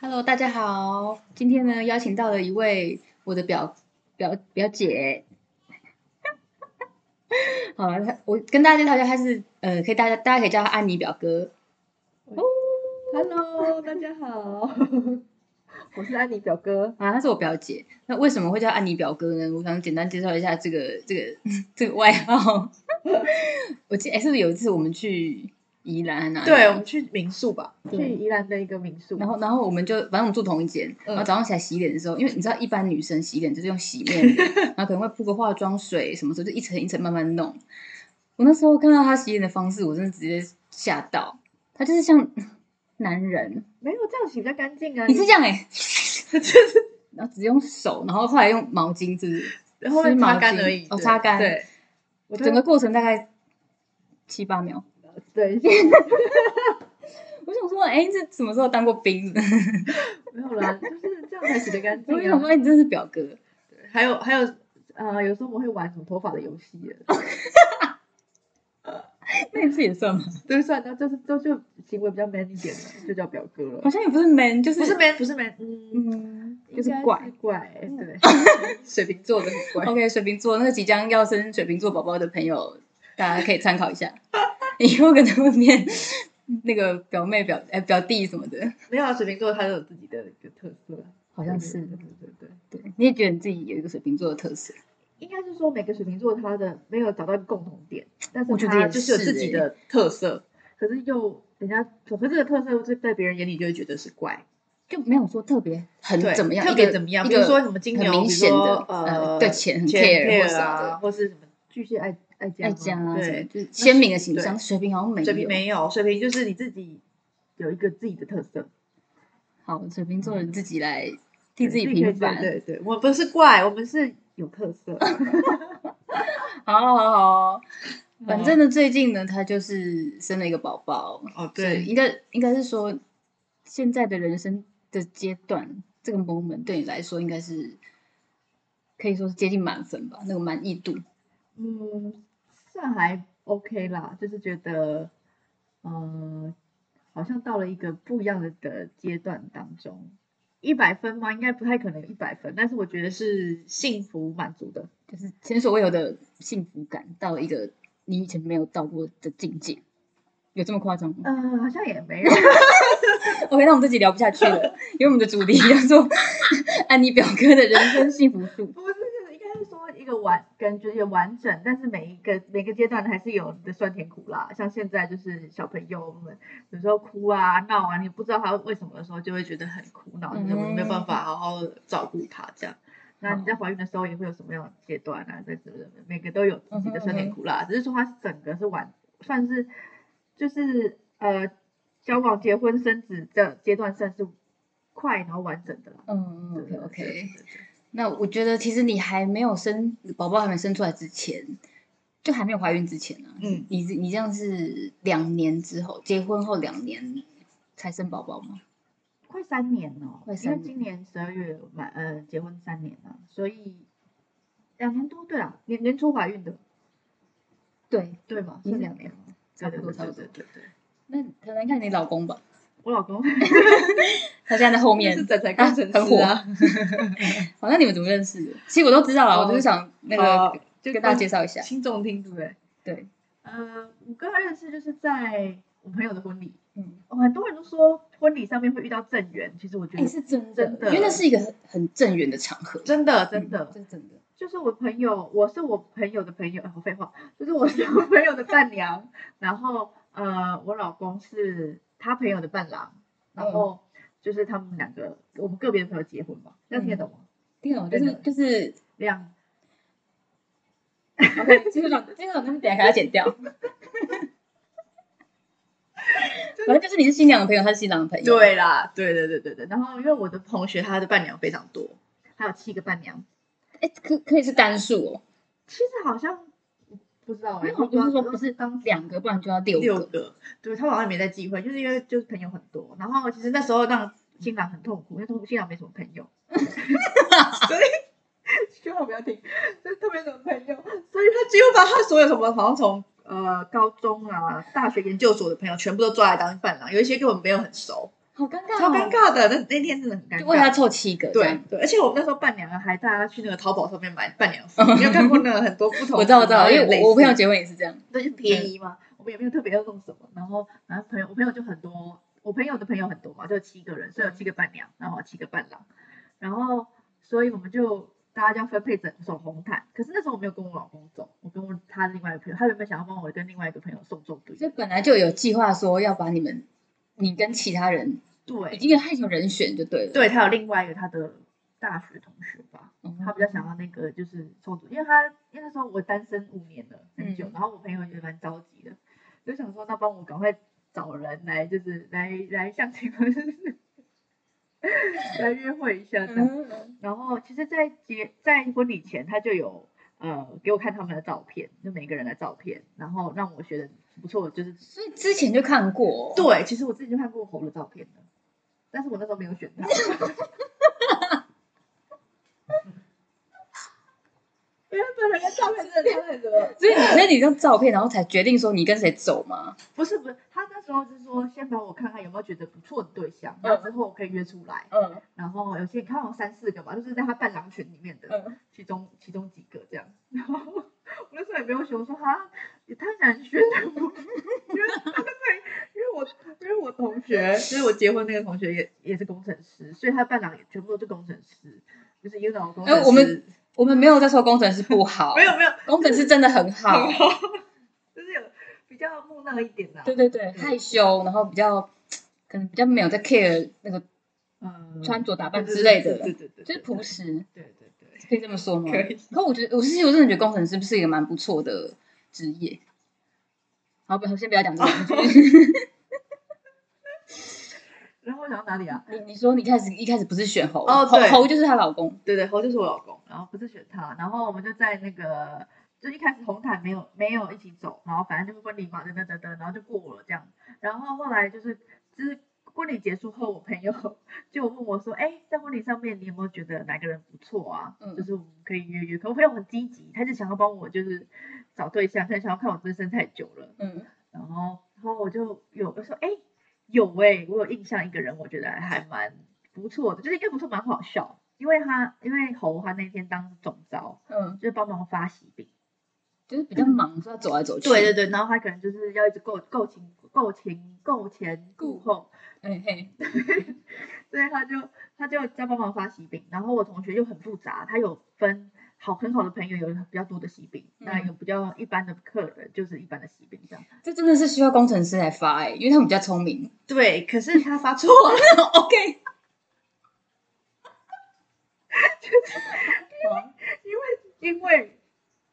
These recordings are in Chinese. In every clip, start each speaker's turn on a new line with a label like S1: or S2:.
S1: Hello，大家好，今天呢邀请到了一位我的表表表姐。好了，她我跟大家介绍一下，她是呃，可以大家大家可以叫她安妮表哥。
S2: Hello，大家好， 我是安妮表哥。
S1: 啊，她是我表姐。那为什么会叫安妮表哥呢？我想简单介绍一下这个这个这个外号。 我记得、诶是不是有一次我们去宜兰啊还哪里？
S3: 对，我们去民宿吧，
S2: 去宜兰的一个民宿
S1: 然，后，然后我们就，反正我们住同一间。
S3: 嗯
S1: 然后早上起来洗脸的时候，因为你知道，一般女生洗脸就是用洗面 乳，然后可能会铺个化妆水，什么时候就一层一层慢慢弄。我那时候看到她洗脸的方式，我真的直接吓到。她就是像 男人，
S2: 没有这样洗比较干净啊。
S1: 你是这样哎、
S3: 就是
S1: 然后只用手，然后后来用毛巾，是不是？
S3: 然后面
S1: 湿毛
S3: 擦
S1: 巾
S3: 干而已，
S1: 哦
S3: 对
S1: 擦干
S3: 对，
S2: 我
S1: 整个过程大概七八秒。
S2: 对，
S1: 我想说，哎、这什么时候当过 兵？
S2: 没有啦，就是这样才洗得干净
S1: 我想
S2: 啊
S1: 说，。哎、你真的是表哥。
S3: 对还有还有，
S2: 呃，有时候我们会玩什么头发的游戏耶，
S1: 那一次也算吗？
S2: 对，算了，就是就就行为比较 man 一点的，就叫表哥了
S1: 好。像也不是 man，就是
S3: 不是 man 不是 man，
S2: 嗯，
S1: 嗯，就
S2: 应该
S1: 是
S2: 是
S1: 怪。
S2: 怪，对，
S3: 水瓶座的很怪，
S1: OK，水瓶座那个即将要生水瓶座宝宝的朋友，大家可以参考一下， 以后可能会变那个表妹表哎、表弟什么的。
S3: 没有啊，水瓶座它都有自己的一个特色，啊
S1: 好
S2: 好
S1: 像是
S2: 对对对。
S1: 对，你也觉得你自己有一个水瓶座的特色，
S2: 应该是说每个水瓶座他的没有找到一个共同点，但是
S1: 我觉得
S2: 他
S1: 也欸
S3: 就是有自己的特色，
S2: 可是又人家可是这个特色就在别人
S3: 眼
S2: 眼里
S3: 里就会觉得是怪，
S1: 就没有说特别很
S3: 对，
S1: 怎么样，
S3: 特
S1: 一
S3: 别
S1: 个
S3: 怎么样，
S1: 一
S3: 比如
S1: 个
S3: 说什么金
S1: 很
S3: 牛，
S1: 明
S3: 比如
S1: 显的
S3: 说呃
S1: 对钱很 care 或
S3: care
S1: 什么的
S3: 啊，或是什么
S2: 巨蟹爱爱家
S1: 爱
S2: 吗
S1: 家啊，
S3: 对
S1: 什么就是鲜明的形
S3: 对
S1: 象，水瓶好像没有。
S3: 水瓶没有，水瓶就是你自己
S2: 有一个自己的特色，
S1: 好，水瓶座人自己来替
S2: 对
S1: 嗯自己
S2: 自己可以
S1: 平反。
S3: 对对，我们不是怪，我们是
S2: 有特色。
S1: 好好好好， 反正呢，最近呢，他就是生了一个宝宝，
S3: 哦
S1: 对，
S3: 对，
S1: 应该应该是说，现在的人生的阶段，这个 moment 对你来说应该是可以说是接近满分吧，那个满意度。
S2: 嗯，算还 OK 啦，就是觉得，呃，好像到了一个不一样的的阶段当中。
S3: 一百分吗？应该不太可能一百分，但是我觉得是幸福满足的。
S1: 就是前所未有的幸福感，到了一个你以前没有到过的境界，有这么夸张吗、
S2: 嗯、好像也没有，
S1: o k 那我们这集聊不下去了，因为我们的主题叫做安妮表哥的人生幸福 树。
S2: 不是，就是应该是说一个完，感觉也完整，但是每一个每个阶段还是有你的酸甜苦辣。像现在就是小朋友们有时候哭啊闹啊，你不知道他为什么的时候，就会觉得很苦恼，
S3: 我
S2: 就是
S1: 嗯
S2: 我
S3: 没
S2: 没
S3: 有
S2: 有
S3: 办
S2: 办
S3: 法
S2: 法。
S3: 好好照顾他这样。
S2: 那你在怀孕的时候也会有什么样的阶段啊？在什么每个都有自己的酸
S1: 嗯哼嗯
S2: 甜
S1: 哼
S2: 苦辣，只是说它整个是完，算是就是呃交往、结婚、生子这阶段算是快然后完整的了。
S1: 嗯
S2: 对
S1: ，OK
S2: 对
S1: OK
S2: 对。对对
S1: 那我觉得其实你还没有生宝宝，还没生出来之前，就还没有怀孕之前啊，
S3: 嗯，
S1: 你是你这样是两年之后，结婚后两年才生宝宝吗？
S2: 快三年哦，
S1: 快三
S2: 因为今年十二月满呃结婚三年了，所以两年多对啊，年年初怀孕的
S1: 对，
S2: 对吗？
S1: 嗯
S2: 是两年吗？
S1: 差不多差不多
S2: 对对对对对，
S1: 那可能看你老公吧，
S2: 我老公
S1: 他现在在后 面
S3: 是。仔仔
S1: 啊
S3: 工程
S1: 很
S3: 师
S1: 火
S3: 啊，
S1: 好，那你们怎么认识的？其实我都知道了，
S3: 哦
S1: 我就是想那
S3: 好
S1: 个
S3: 呃就
S1: 哦跟大家介绍一下。
S3: 听众听对不对？
S1: 对，
S2: 呃，我跟他认识就是在我朋友的婚礼，
S1: 嗯，
S2: 哦，很多人都说婚礼上面会遇到正缘，其实我觉
S1: 哎，
S2: 得
S1: 是真的，
S2: 真的
S1: 因为那是一个很很正缘的场合，嗯
S3: 真的真
S2: 真
S3: 的，
S2: 的、
S1: 这是真的。
S2: 就是我朋友，我是我朋友的朋友，好废话，就是我是我朋友的伴娘，然后呃，我老公是他朋友的伴郎，然后就是他们两个，我们个别的朋友结婚嘛，这样听得懂吗？
S1: 听懂？就是
S2: 真的
S1: 就是
S2: 两
S1: ，OK，听 懂，听懂，那你等一下给他剪 掉。反正就是你是新娘的朋友，他是新郎的朋友。
S3: 对啦，对
S2: 对对对对对，然后因为我的
S3: 同学他的伴娘非常多，
S2: 还有七个伴娘，
S1: 哎，可可以是单数哦，
S2: 其实好像不知道哎、
S1: 没
S2: 欸，
S1: 有，我就是说不
S2: 是
S1: 是哦当两个，不然就要六
S3: 六
S1: 个。
S3: 个，
S2: 对他们好像没在忌讳，就是因为就是朋友很多，然后其实那时候让新郎很痛苦，因为痛新郎没什么朋友， 所以千万不要听，就是特别什么朋友，所
S3: 他几
S2: 以
S3: 乎把他所有什么，好像从呃高中啊、大学研究所的朋友全部都抓来当伴郎，有一些根本没有很熟，
S1: 好尴尬、哦，
S2: 超尴尬的。那那天真的很尴
S1: 就为他
S2: 尬。
S1: 凑七个，
S2: 对，对，而且我们那时候伴娘啊还带她去那个淘宝上面买伴 娘服，你有看过那个很多不同的？
S1: 我知道，我知道，因为我我朋友
S2: 得
S1: 结婚也是这样，
S2: 就是便宜嘛，我们也没有特别要弄什么。然后，然后朋友，我朋友就很多，我朋友的朋友很多嘛，就有七个人，所以有七个伴娘，然后七个伴郎，然后所以我们就大家就要分配整手红毯。可是那时候我没有跟我老公走，我跟我他另外一个朋友，他原本想要帮我跟另外一个朋友送中
S1: 所以
S2: 队，
S1: 本来就有计划说要把你们，你跟其他人已
S2: 对，
S1: 经有他已经有人选就对了，
S2: 对他有另外一个他的大学同学吧，
S1: 嗯，
S2: 他比较想要那个就是冲突，因为他因为那时候我单身五年了，很久，
S1: 嗯
S2: 然后我朋友也蛮着急的，就想说那帮我赶快找人来，就是来来相亲，或者是 来约会一下这样。
S1: 嗯
S2: 然后其实在，结在婚礼前，他就有呃给我看他们的照片，就每个人的照片，然后让我觉得不错，就是
S1: 所以之前就看过，，哦
S2: 对，其实我自己就看过红的照片的，但是我那时候没有选他。 原本人家照片真的差太多了，
S1: 所以你所以你用照片，然后才决定说你跟谁走嘛，
S2: 不是不是，他那时候是说先把我看看有没有觉得不错的对象，那之后我可以约出来。
S1: 嗯
S2: 然后有些看我三四个吧，就是在他伴郎群里面的，
S1: 嗯，
S2: 其中其中几个这样。然后我那时候也没有选，我说哈也太难选了吧，因为他的因为我因为我同学，就是我结婚那个同学也也是工程师，所以他伴郎也全部都是工程师，就是一个老工程师。
S1: 哎我们我们没有在说工程师不好，
S2: 没有没有，
S1: 工程师真的 很好
S2: 很，好，就是有比较木讷一点的、啊
S1: 对对对，害羞，然后比较可能比较没有在 care 那个
S2: 嗯，
S1: 穿着打扮
S2: 对
S1: 之类的，
S2: 对对对对，
S1: 就是朴实，
S2: 对，对对对，
S1: 可以这么说吗？
S2: 可以。
S1: 可我觉得，我其实我真的觉得工程师是一个蛮不错的职业。好，不，先不要讲这 个。
S2: 然后我想到哪里啊？
S1: 你你说你开始一开始不是选猴，
S2: 哦
S1: 猴
S2: 对
S1: 猴就是她老公，
S2: 对对，侯就是我老公，然后不是选他，然后我们就在那个，就一开始红毯没有没有一起走，然后反正就是婚礼嘛，等等等等，然后就过了这样，然后后来就是就是婚礼结束后，我朋友 就问我说，哎，在婚礼上面你有没有觉得哪个人不错啊？
S1: 嗯
S2: 就是我们可以约约，可我朋友很积极，他就想要帮我就是找对象，他想要看我单身太久了，
S1: 嗯，
S2: 然后然后我就有我说哎有哎、我有印象一个人，我觉得还蛮不错的，就是应该不错，蛮好笑，因为他因为侯他那天当总招，
S1: 嗯，
S2: 就是帮忙发喜饼，
S1: 就是比较忙，所以要走来走去。
S2: 嗯对对，对，然后他可能就是要一直够够勤够勤够前顾后，
S1: 哎嘿，
S2: 所以他就他就在帮忙发喜饼，然后我同学又很复杂，他有分。好，很好的朋友有比较多的喜饼，那
S1: 嗯
S2: 有比较一般的客人就是一般的喜饼这样。
S1: 这真的是需要工程师来发哎、因为他们比较聪 明。
S2: 对，可是他发错了，
S1: OK，
S2: 因为因为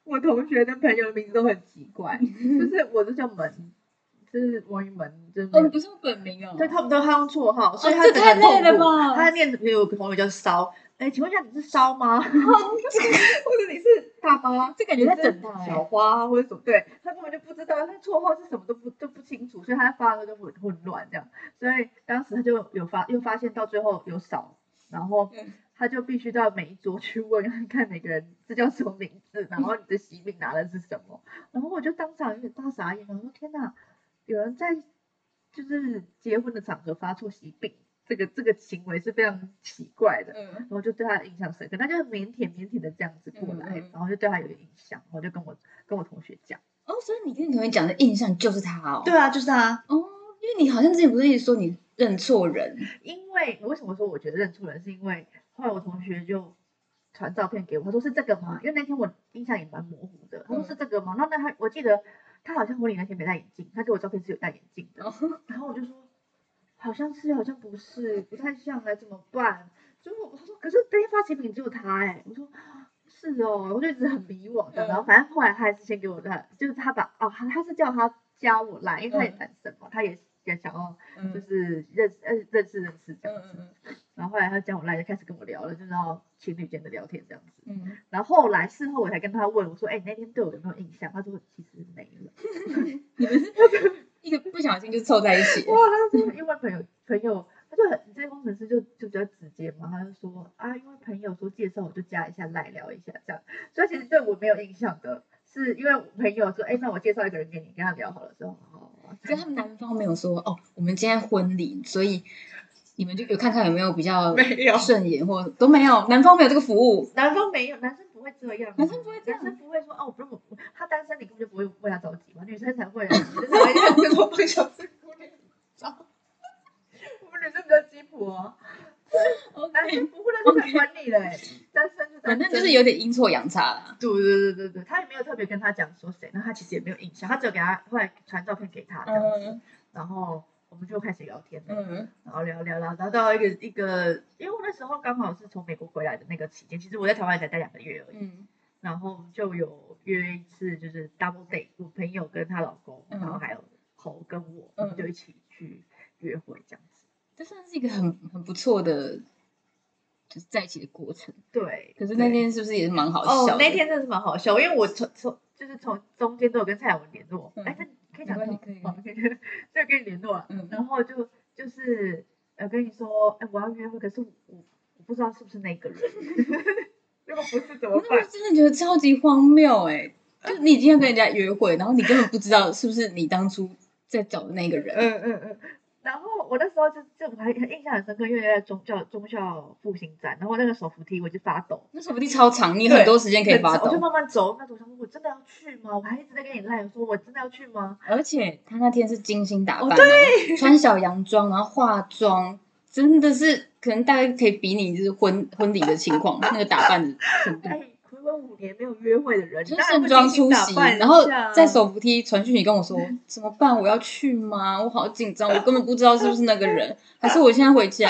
S2: 我同学跟朋友的名字都很奇 怪，就是我都叫门，就是王一门，就是
S1: 哦，
S2: 门。
S1: 你不是用本名哦，
S2: 对，他们都他用绰号，所以
S1: 哦
S2: 他
S1: 这
S2: 整
S1: 太
S2: 个很痛
S1: 累了
S2: 苦
S1: 吧
S2: 他念有个朋友叫骚，哎，请问一下你是骚 吗？或者你是大妈？
S1: 这感
S2: 感
S1: 觉
S2: 觉
S1: 在
S2: 在
S1: 整
S2: 整
S1: 他哎、
S2: 小花啊或者什么，对他根本就不知道，他绰号是什么都不都不清楚，所以他发的都很混乱这样。所以当时他就有发，又发现到最后有少，然后
S1: 嗯
S2: 他就必须到每一桌去问 看每个人这叫什么名字，然后你的喜饼拿的是什么，然后我就当场有点大傻眼，我说天哪，有人在就是结婚的场合发错喜饼，这个这个行为是非常奇怪的。
S1: 嗯，
S2: 然后就对他的印象深刻，他就很腼腆腼腆的这样子过来，
S1: 嗯嗯
S2: 然后就对他有点印象，我就跟我跟我同学讲，
S1: 哦，所以你跟你同学讲的印象就是他哦，
S2: 对啊，就是他，
S1: 哦，因为你好像之前不是一直说你认错人，
S2: 因为为什么说我觉得认出人，是因为后来我同学就传照片给我，他说是这个吗？因为那天我印象也蛮模糊的，他说
S1: 嗯
S2: 是这个吗？然后那他我记得他好像婚礼那天没戴眼镜，他给我照片是有戴眼镜的，
S1: 哦
S2: 然后我就说好像是，好像不是，不太像哎，怎么办？就我他说可是那天发起品只有他哎、我说。是哦，我就一直很迷惘的，
S1: 嗯
S2: 然后反正后来他还是先给我的，就是他把哦，他他是叫他加我来，因为他也
S1: 嗯
S2: 单身嘛，他也也想要
S1: 嗯
S2: 就
S1: 嗯
S2: 是认识呃认识认识这样子。
S1: 嗯
S2: 然后后来他讲我来就开始跟我聊了，就是要情侣间的聊天这样子。
S1: 嗯，
S2: 然后后来事后我才跟他问我说，哎、你那天对我有没有印象？他说其实没有。
S1: 一个不小心就凑在一起，
S2: 哇，他说因为朋友朋友，他就很这些工程师就就比较直接嘛，他就说啊，因为朋友说介绍我就加一下来聊一下这样，所以其实对我没有印象的。是因为我朋友说，哎、那我介绍一个人给你，跟他聊好了之后，哦，
S1: 所以他们男方没有说哦，我们今天婚礼，所以你们就有看看有没有比较
S3: 没有
S1: 顺眼或都没有，南方没有这个服 务，
S2: 男方没有，男生不会这样，啊
S1: 男生不会这样
S2: 男生不会说哦，不是我，他单身，你根本就不会为他着急 嘛，女生才会啊，女生才会跟我分享这姑娘，我们女生比较鸡婆哦，男生不会，男生才管你嘞，单身就单
S1: 反
S2: 身
S1: 正就是有点阴错阳差啦。
S2: 对对对对对，他也没有特别跟他讲说谁，那他其实也没有印象，他只有给他后来传照片给他这样子，
S1: 嗯
S2: 然后我们就开始聊天了，
S1: 嗯
S2: 然后聊聊聊，然后到一个一个，因为我那时候刚好是从美国回来的那个期间，其实我在台湾才待两个月而已，
S1: 嗯
S2: 然后就有约一次就是 double date，我朋友跟她老公，
S1: 嗯
S2: 然后还有猴跟我，
S1: 嗯
S2: 我们就一起去约会这样子。
S1: 这算是一个很很不错的，就是在一起的过程。
S2: 对，
S1: 可是那
S2: 对
S1: 天是不是也是蛮好欸
S2: 哦
S1: 笑的？，
S2: 那天真的是蛮好笑，因为我从从就是从中间都有跟蔡雅文联络，
S1: 嗯
S2: 哎、那可以
S1: 没
S2: 讲
S1: 关系
S2: 吗
S1: 可以
S2: 哦可以，可以 就跟你联络啊了，
S1: 嗯
S2: 然后就就是呃跟你说，哎、我要约会，可是我我不知道是不是那个人， 如果不是怎么
S1: 我那时
S2: 办
S1: 候？真的觉得超级荒谬哎、
S2: 嗯
S1: 就你今天跟人家约会，然后你根本不知道是不是你当初在找的那个人。
S2: 嗯嗯嗯。然后我那时候就就我还很印象很深刻，因为在中校中校复兴站，然后那个手扶梯我就发抖，
S1: 那手臂超长，你很多时间可以发
S2: 我就
S1: 抖，
S2: 慢慢走，那我想说我真的要去吗？我还一直在跟你赖，我说我真的要去吗？
S1: 而且他那天是精心打扮、
S2: 哦
S1: 对，穿小洋装，然后化妆，真的是可能大概可以比拟就是婚婚礼的情况，那个打扮的程度，
S2: 哎，暌违五年没有约会的人，
S1: 就
S2: 你当然
S1: 盛
S2: 会
S1: 装
S2: 精心
S1: 出
S2: 打
S1: 席，
S2: 扮一
S1: 然后
S2: 下
S1: 在手扶梯传讯你跟我说怎么办？我要去吗？我好紧张，我根本不知道是不是那个人，还是我现在回家？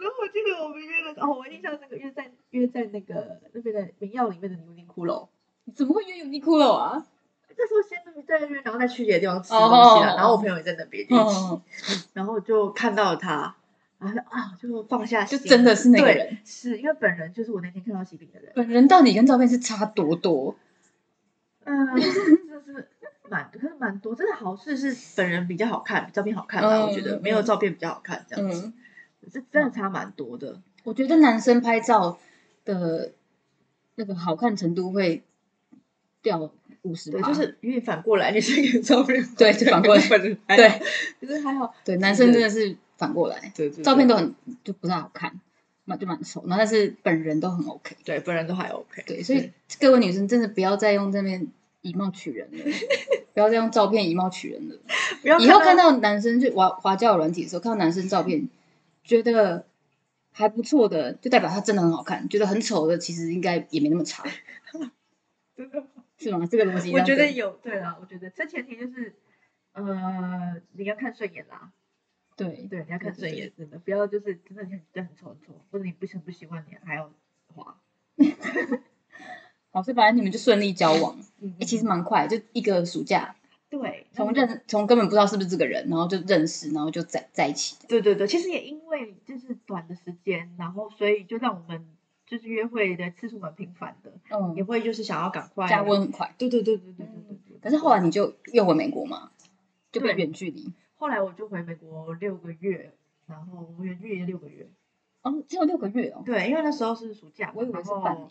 S2: 然后我记得我们约的，哦，我印象那个约在约在那个那边的民耀里面的牛丁骷髅。
S1: 怎么会约 Uniqlo 啊？
S2: 这时候先在那边，然后再去别的地方吃
S1: 哦
S2: 东西啦。
S1: 哦
S2: 然后我朋友也在那边就一
S1: 哦
S2: 起，，然后就看到了他，然后就啊，就放下
S1: 就
S2: 心，
S1: 真的是那个
S2: 对
S1: 人，
S2: 是因为本人就是我那天看到喜饼的人，
S1: 嗯 本人到底跟照片是差多多？
S2: 嗯，真的是蛮，可是蛮多，真的好事是本人比较好看，比照片好看吧，
S1: 嗯
S2: 我觉得
S1: 嗯
S2: 没有照片比较好看这样子，
S1: 嗯，
S2: 这真的差蛮多的。
S1: 我觉得男生拍照的那个好看程度会掉五十，
S2: 对，就是有点反过来，女生给照片好看，
S1: 对就反过来
S2: 本人还好
S1: 对，
S2: 就是还好，
S1: 对，男生真的是反过来，
S2: 对对，
S1: 照片
S2: 对
S1: 都很就不太好看，蛮就蛮丑，然后但是本人都很 OK。
S2: 对，本人都还 OK，
S1: 对，所以各位女生真的不要再用这边以貌取人 了，不要再用照片以貌取人了。
S2: 不要
S1: 以后看
S2: 到
S1: 到男生就滑滑交友软体的时候，看到男生照片，觉得还不错的，就代表他真的很好看；觉得很丑的，其实应该也没那么差，
S2: 真的
S1: 是吗？这个逻辑这
S2: 我
S1: 样
S2: 觉
S1: 对，
S2: 得有，对啦，我觉得这前提就是，呃，你要看顺眼啦，
S1: 对，
S2: 对，你要看
S1: 对对
S2: 顺眼，真的不要就是真的很真的很丑很丑，或者你不喜不喜欢你还要滑，
S1: 好，所以反正你们就顺利交往，
S2: 嗯
S1: 欸、其实蛮快，就一个暑假，
S2: 对，
S1: 从
S2: 嗯
S1: 认从根本不知道是不是这个人，然后就认识，然后就在在一起。
S2: 对对对，其实也因为就是短的时间，然后所以就让我们就是约会的次数蛮频繁的，
S1: 嗯
S2: 也，会就是想要赶快
S1: 加温。很快。
S2: 对对对对对对对对。
S1: 可是后来你就又回美国嘛，就变
S2: 对
S1: 远距离。
S2: 后来我就回美国六个月，然后我远距离六个月。
S1: 哦，只有六个月哦，
S2: 对，因为那时候是暑假嘛，
S1: 我以为
S2: 然
S1: 是
S2: 后
S1: 半年。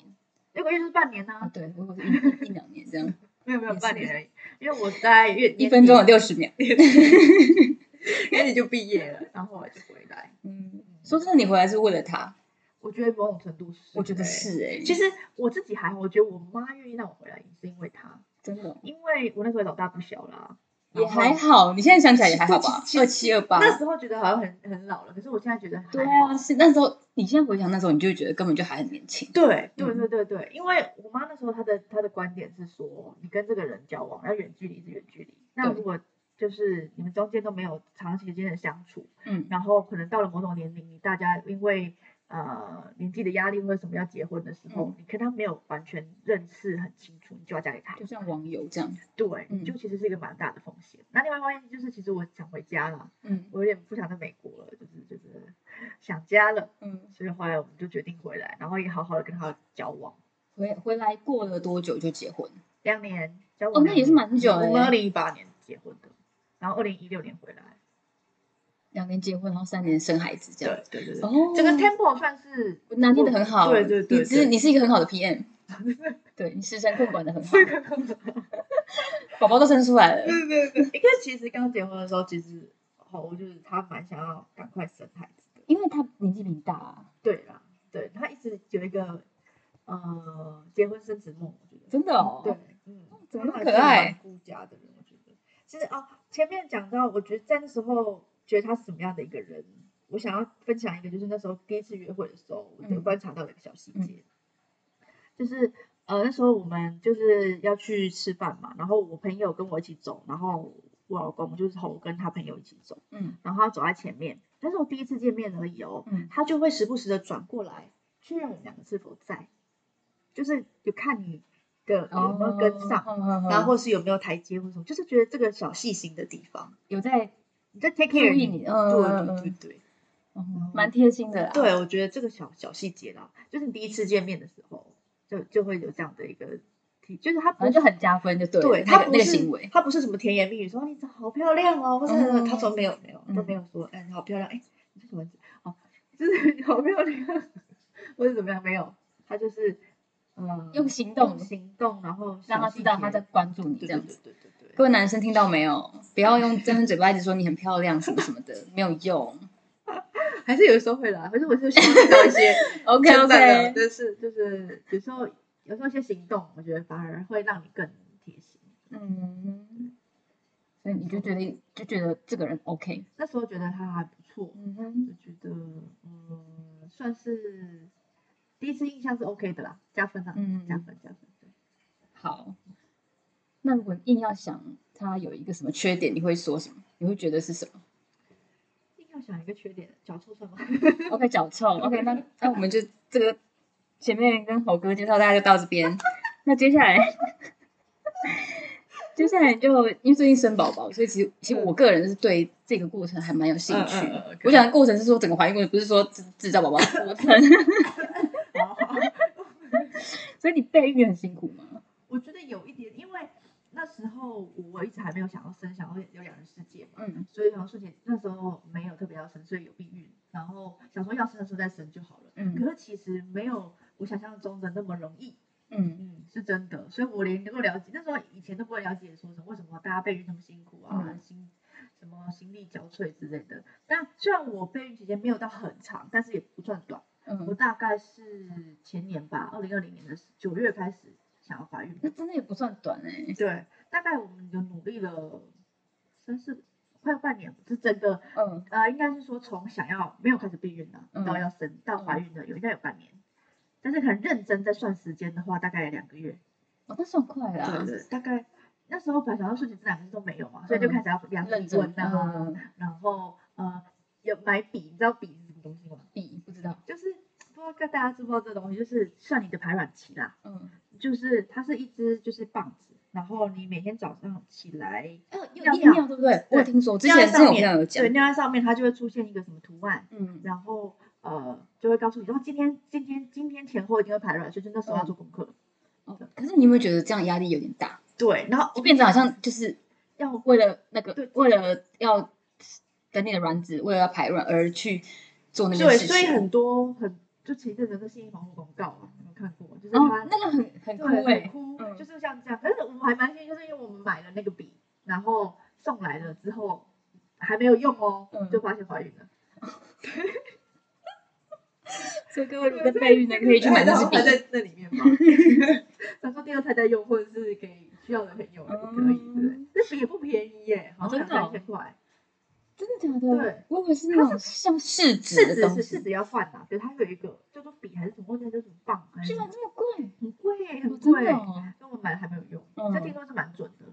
S2: 六个月就是半年呐、
S1: 啊，对，我以为是一一两年这 样，
S2: 没有没有
S1: 也
S2: 半
S1: 是
S2: 年而已，因为我在月
S1: 一分钟有
S2: 就
S1: 六十秒。
S2: 月底就毕业了，然后后来就回来。
S1: 嗯，说真的，你回来是为了他，
S2: 我觉得某种程度是，
S1: 我觉得
S2: 欸。
S1: 是哎、
S2: 其实我自己还好，我觉得我妈愿意让我回来也是因为她，
S1: 真的
S2: 因为我那时候也老大不小啦，
S1: 也
S2: 然后
S1: 还好，你现在想起来也还好吧
S2: 其，实
S1: 二七二八。
S2: 那时候觉得好像很很老了，可是我现在觉得还
S1: 对
S2: 好
S1: 啊，。是那时候，你现在回想那时候，你就会觉得根本就还很年轻。
S2: 对对
S1: 嗯
S2: 对对对，因为我妈那时候她的她的观点是说，你跟这个人交往要远距离是远距离，那
S1: 对
S2: 如果就是你们中间都没有长时间的相处，
S1: 嗯，
S2: 然后可能到了某种年龄，大家因为呃年纪的压力或者什么要结婚的时候，
S1: 嗯
S2: 你跟他没有完全认识很清楚，你就要嫁给他
S1: 就，像网友这样。
S2: 对，
S1: 嗯
S2: 就其实是一个蛮大的风险。那另外一方面就是，其实我想回家了，
S1: 嗯
S2: 我有点不想在美国了，就是就是 想家了。
S1: 嗯，
S2: 所以后来我们就决定回来，然后也好好的跟他交往
S1: 回回来过了多久就结婚？
S2: 两年，交
S1: 哦
S2: 往
S1: 那也是蛮久
S2: 的。
S1: 欸
S2: 我们二零一八年结婚的，然后二零一六年回来。
S1: 两年结婚，然后三年生孩子这样。
S2: 对对对，
S1: 哦，
S2: 这个 tempo 算是
S1: 拿捏的很好，
S2: 对对对
S1: 你是
S2: 对
S1: 你是一个很好的 PM，对你时间控管的很好，
S2: 刚刚
S1: 宝宝都生出来了，
S2: 嗯对对对，因为其实刚结婚的时候，其实后，就是他蛮想要赶快生孩子的。
S1: 因为他年纪比你大、啊，
S2: 对啦，对他一直有一个呃结婚生子梦，我觉得
S1: 真的哦。
S2: 对，嗯，
S1: 怎么那么
S2: 他还
S1: 可
S2: 是蛮
S1: 爱
S2: 顾家的人，我觉得。其实哦，前面讲到，我觉得在那时候觉得他是什么样的一个人，我想要分享一个，就是那时候第一次约会的时候，我就
S1: 嗯
S2: 观察到了一个小细节，就是呃那时候我们就是要去吃饭嘛，然后我朋友跟我一起走，然后我老公就是我跟他朋友一起走，
S1: 嗯
S2: 然后他走在前面，但是我第一次见面而已哦，
S1: 嗯，
S2: 他就会时不时的转过来确认我们两个是否在，就是有看你的有没有跟上。
S1: 哦，嗯嗯嗯
S2: 然后或是有没有台阶或什么，就是觉得这个小细心的地方，
S1: 有在
S2: 你在 take
S1: 注
S2: care
S1: 意你，嗯，
S2: 对
S1: 嗯
S2: 对对
S1: 嗯
S2: 对，
S1: 嗯蛮贴心的啦。
S2: 对我觉得这个小小细节啦，就是你第一次见面的时候，就就会有这样的一个体，就是他不
S1: 反正
S2: 是
S1: 就很加分，就对了。
S2: 对
S1: 那
S2: 他
S1: 个
S2: 不
S1: 那个
S2: 是
S1: 行为，
S2: 他不是什么甜言蜜语，说哦你长好漂亮哦，或是
S1: 嗯
S2: 他说没有没有都没有说，哎你好漂亮，哎你是什么人？哦，就是 你好漂亮，或者怎么样没有，他就是嗯
S1: 用行动
S2: 用行动，然后
S1: 让他
S2: 小细
S1: 知道
S2: 节
S1: 他在关注你
S2: 对
S1: 这样子。
S2: 对对对对
S1: 各
S2: 对，
S1: 位男生听到没有？不要用真的嘴巴一直说你很漂亮什么什么的，没有用。
S2: 还是有时候会啦，可是我就希望看到 一些。
S1: OK
S2: 真的
S1: OK，
S2: 就是就是有时候有时候一些行动，我觉得反而会让你更贴心。
S1: 嗯，所以你就觉得就觉得这个人 OK，
S2: 那时候觉得他还不错，
S1: 嗯哼，
S2: 就觉得嗯，算是第一次印象是 OK 的啦，加分啦，
S1: 嗯
S2: 加分加分。对
S1: 好。那如果硬要想他有一个什么缺点，你会说什么？你会觉得是什么
S2: 硬要想一个缺点，脚臭算吗？
S1: ？OK，脚臭。OK，那那我们就这个前面跟猴哥介绍，大家就到这边。那接下来，接下来就因为最近生宝宝，所以其实其实我个人是对这个过程还蛮有兴趣。
S2: 嗯嗯嗯嗯
S1: 我讲的过程是说整个怀孕过程，不是说制制造宝宝的过程。
S2: 好好好
S1: 所以你备孕很辛苦吗？
S2: 我觉得有一点，因为那时候我一直还没有想要生，想要有两人世界嘛。
S1: 嗯，
S2: 所以好像说姐那时候没有特别要生，所以有避孕，然后想说要生的时候再生就好了。
S1: 嗯
S2: 可是其实没有我想象中的那么容易，
S1: 嗯
S2: 嗯，是真的。所以我连能够了解，那时候以前都不会了解说什么为什么大家备孕那么辛苦啊，
S1: 嗯
S2: 心什么心力交瘁之类的。但虽然我备孕期间没有到很长，但是也不算短，我
S1: 嗯，
S2: 大概是前年吧，二零二零年的九月开始想要怀孕
S1: 那真的也不算短哎、
S2: 对，大概我们有努力了三四快半年，是真的。
S1: 嗯
S2: 呃，应该是说从想要没有开始避孕啊，
S1: 嗯
S2: 到要生到怀孕的有应该有半年，但是很认真在算时间的话，大概两个月。
S1: 哦，那算快啦、
S2: 对对，大概那时候本来想到顺其自然，可是都没有嘛，所以就
S1: 嗯
S2: 开始要量
S1: 认
S2: 体
S1: 真嗯
S2: 温啊，然后呃有买笔，你知道笔是什么东西吗？
S1: 比不知道，
S2: 就是不知道大家知不知道这东西，就是算你的排卵期啦，
S1: 嗯，
S2: 就是它是一支就是棒子，然后你每天早上起来。
S1: 哦，有
S2: 尿
S1: 夜尿对不对？我有听说，我之前之前
S2: 上
S1: 有朋
S2: 面
S1: 友有讲
S2: 对，，尿在上面它就会出现一个什么图案，
S1: 嗯
S2: 然后呃就会告诉你，然后今天今天今天前后一定会排卵，所以就那时候
S1: 嗯
S2: 要做功课。
S1: 哦，可是你有没有觉得这样压力有点大？
S2: 对，然后哦
S1: 就变成好像就是
S2: 要
S1: 为了那个
S2: 对，
S1: 为了要等你的卵子，为了要排卵而去做那件
S2: 对，
S1: 事情，
S2: 所以很多很就前一阵子那性防护广告啊，你有看过吗？就是
S1: 哦
S2: 它、，
S1: 那个很很
S2: 对
S1: 酷哎、
S2: 很哭，
S1: 嗯
S2: 就是像这样。可是我们还蛮幸运，就是因为我们买了那个笔，然后送来了之后还没有用哦，
S1: 嗯
S2: 就发现怀孕了。
S1: 所以各位如果在备孕的可以去买那支笔
S2: 还，在那里面吗？ 他说第二胎再用，或者是给需要的朋友也可以，对不对
S1: 嗯？
S2: 那笔也不便宜耶，好像
S1: 哦真的哦
S2: 两三千块。
S1: 真的假的？
S2: 对，
S1: 我以为是那种像试
S2: 是
S1: 纸的
S2: 指
S1: 东
S2: 是
S1: 西
S2: 是，指要换啦，对，它有一个叫做笔还是什么，忘记了叫什么棒，还是
S1: 居
S2: 什
S1: 然
S2: 么
S1: 这么贵，
S2: 很贵耶，
S1: 哦
S2: 很
S1: 真
S2: 贵。
S1: 的哦。
S2: 那我买了还没有用，
S1: 嗯
S2: 这听说是蛮准的，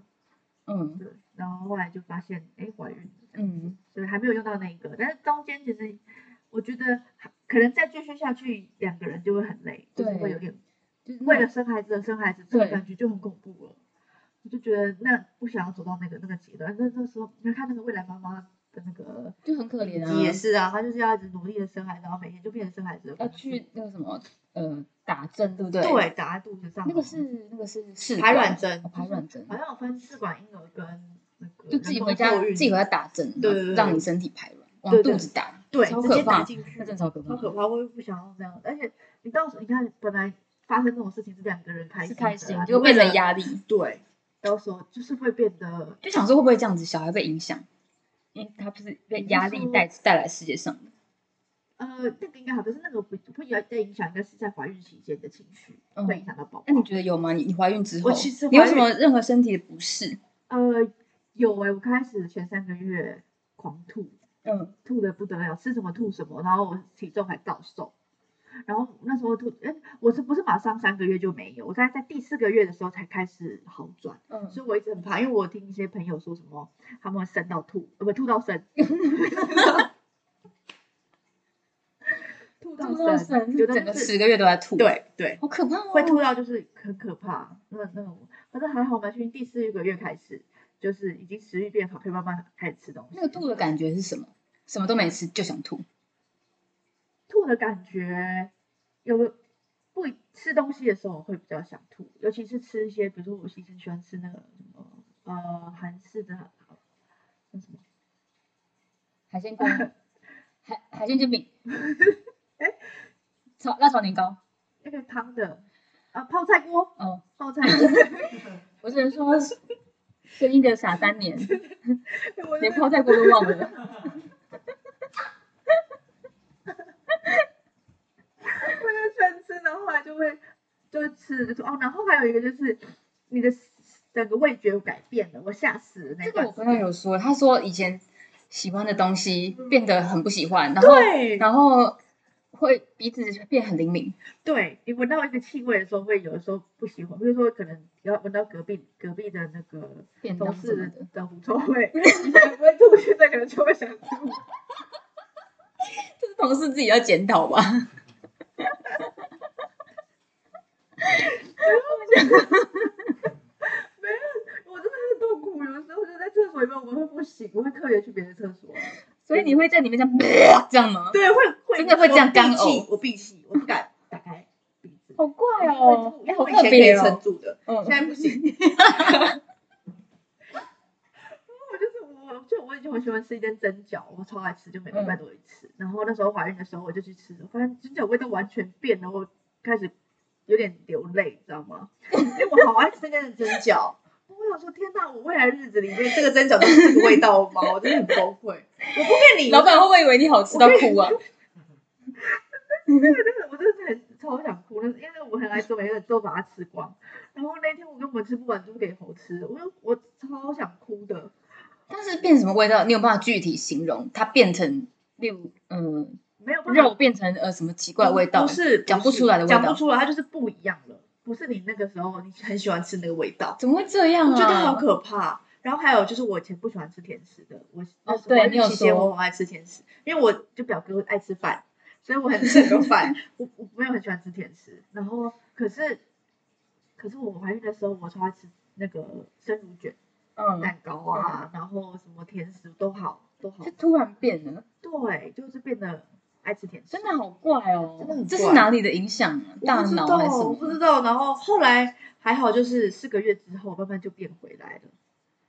S1: 嗯
S2: 对。然后后来就发现，哎，怀孕了，这样子
S1: 嗯，
S2: 所以还没有用到那一个。但是中间其实我觉得还可能再继续下去，两个人就会很累，就是
S1: 对
S2: 会有点
S1: 就是
S2: 为
S1: 那
S2: 了生孩子而生孩子，这种
S1: 对
S2: 感觉就很恐怖了。我就觉得那不想要走到那个那个阶段。那那时候你看那个未来妈妈的那个
S1: 就很可怜
S2: 也
S1: 啊，
S2: 是啊，她就是要一直努力的生孩子，然后每天就变成生孩子的
S1: 要
S2: 工具
S1: 去那个什么呃打针，对不对？
S2: 对，打在肚子上。
S1: 那个是那个是试
S2: 排
S1: 管
S2: 卵针
S1: 哦排卵针
S2: 好，像有分试管婴儿跟那个
S1: 就自己
S2: 人工
S1: 回家
S2: 受孕
S1: 自己回家打针，
S2: 对
S1: 然后
S2: 对对
S1: 让你身体排卵，往
S2: 对对
S1: 肚子打，
S2: 对
S1: 超
S2: 直
S1: 可
S2: 接打
S1: 怕，
S2: 进去
S1: 那，真的超可
S2: 超
S1: 怕，
S2: 可怕，我也不想要这样。而且你到时候你看，本来发生这种事情是两个人开
S1: 是
S2: 心的啊，
S1: 开心，
S2: 你
S1: 就
S2: 为
S1: 变成
S2: 了
S1: 压力，
S2: 对，到时候就是会变得
S1: 就想说会不会这样子小孩被影响？因为他不是被
S2: 你是
S1: 压力
S2: 说
S1: 带带来世界上的。
S2: 呃，那个应该好，可是那个不会有在影响，应该是在怀孕期间的情绪、
S1: 嗯
S2: 会影响到宝宝。
S1: 那你觉得有吗？你你怀孕之后，
S3: 我其实
S1: 你有
S3: 怀
S1: 什
S3: 孕
S1: 么任何身体的不适？
S2: 呃，有哎、我开始前三个月狂吐，
S1: 嗯，
S2: 吐的不得了，吃什么吐什么，然后我体重还暴瘦。然后那时候吐，哎，我是不是马上三个月就没有？我大概在第四个月的时候才开始好转，
S1: 嗯
S2: 所以我一直很怕，因为我听一些朋友说什么他们会生到吐，呃，不吐到生， 吐
S1: 吐到神，
S2: 觉得
S1: 整个
S2: 就是
S1: 十个月都在吐，，
S2: 对对，
S1: 好可怕哦。
S2: 会吐到就是很可怕，那那种，可是还好嘛，从第四个月开始，就是已经食欲变好，可以慢慢开始吃东西。
S1: 那个吐的感觉是什么？什么都没吃就想吐，
S2: 吐的感觉，有的不一吃东西的时候会比较想吐，尤其是吃一些，比如说我以前喜欢吃那个什么呃韩式的，那什么
S1: 海鲜 锅，海海鲜煎饼，炒辣炒年糕，
S2: 那个汤的啊泡菜锅，
S1: 哦，
S2: 泡 菜锅，
S1: 我只能说，生一个傻三年，
S2: 我
S1: 连泡菜锅都忘了。
S2: 我就喜欢吃，然后后来就会就会吃就哦，然后还有一个就是你的整个味觉有改变了，我吓死了那
S1: 这个
S2: 一段
S1: 我
S2: 时
S1: 朋
S2: 间
S1: 友有说，他说以前喜欢的东西
S2: 嗯
S1: 变得很不喜欢，然后
S2: 对
S1: 然后会鼻子变很灵敏，
S2: 对你闻到一个气味的时候，会有的时候不喜欢，比如说可能要闻到隔壁隔壁的那个
S1: 便
S2: 同
S1: 当什么
S2: 事
S1: 的。
S2: 的狐臭 味，以前不会吐，现在可能就会想吐。
S1: 这是同事自己要检讨吧？
S2: 我真的是痛苦，有的时候就在厕所里面，我会不行，我会特别去别的厕所。
S1: 所以你会在里面这样 这样吗？
S2: 对，会会
S1: 真的会这样干呕
S2: 我闭气我闭气，我不敢打开鼻子。
S1: 好怪
S2: 哦，
S1: 哎，
S2: 哎，
S1: 好
S2: 我以前
S1: 特
S2: 可
S1: 别
S2: 以撑
S1: 哦。
S2: 住的，现
S1: 嗯，
S2: 在不行。我就是我，就我以前我喜欢吃一间蒸饺，我超爱吃，就每个礼拜都会吃。然后那时候怀孕的时候，我就去吃，我发现蒸饺味道完全变了，我开始有点流泪，你知道吗？因为我好爱吃那间蒸饺，我想说天哪，我未来日子里面这个蒸饺都是这个味道吗？我真的很崩溃。我不骗你，
S1: 老板会不会以为你好吃到哭啊？
S2: 那个我真的很超想哭，那是因为我很爱吃，每个都把它吃光。然后那天我根本吃不完，就给猴吃，我就我超想哭的。
S1: 但是变什么味道？你有办法具体形容？它变成，例如，嗯、
S2: 没有办法
S1: 肉变成呃什么奇怪的味道？
S2: 不是
S1: 讲不
S2: 是
S1: 出来的味
S2: 讲
S1: 道
S2: 不出来，它就是不一样了，不是你那个时候你很喜欢吃那个味道，
S1: 怎么会这样
S2: 我
S1: 啊？
S2: 觉得好可怕。然后还有就是我以前不喜欢吃甜食的，我那时候
S1: 哦对
S2: 怀
S1: 你
S2: 孕
S1: 有
S2: 期间
S1: 说
S2: 我很爱吃甜食，因为我就表哥爱吃饭，所以我很吃很多 饭，我我没有很喜欢吃甜食。然后可是可是我怀孕的时候，我超爱吃那个生乳卷、
S1: 嗯，
S2: 蛋糕啊，然后什么甜食都好都好
S1: 就，突然变了，
S2: 对，就是变得爱吃甜食，
S1: 真的好怪哦！
S2: 真的很
S1: 这是
S2: 怪
S1: 哪里的影响啊？
S2: 我
S1: 大
S2: 不知
S1: 脑
S2: 道
S1: 还是什
S2: 我
S1: 么
S2: 不？知道。然后后来还好，就是四个月之后慢慢就变回来了。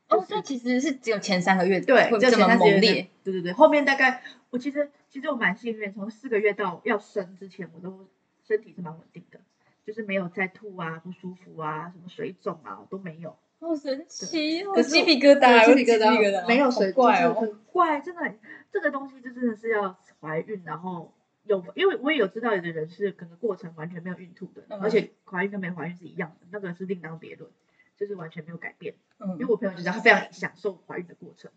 S1: 哦
S2: 就，是
S1: 所以其实是只有前三个月
S2: 对，
S1: 会
S2: 就
S1: 这
S2: 前
S1: 么
S2: 段时
S1: 猛
S2: 间
S1: 烈，。
S2: 对对对，后面大概我其实其实我蛮幸运，从四个月到要生之前，我都身体是蛮稳定的，就是没有再吐啊、不舒服啊、什么水肿啊我都没有。
S1: 好神奇哦！
S2: 可是
S1: 鸡皮疙瘩，
S2: 鸡
S1: 我
S2: 皮疙
S1: 鸡皮
S2: 没有水
S1: 好怪
S2: 就是
S1: 哦。
S2: 很怪，真的很这个东西就真的是要怀孕，然后有，因为我也有知道有的人是可能过程完全没有孕吐的，
S1: 嗯
S2: 而且怀孕跟没怀孕是一样的，那个是另当别论，就是完全没有改变。因为
S1: 嗯，
S2: 我朋友就这样，他非常享受怀孕的过程，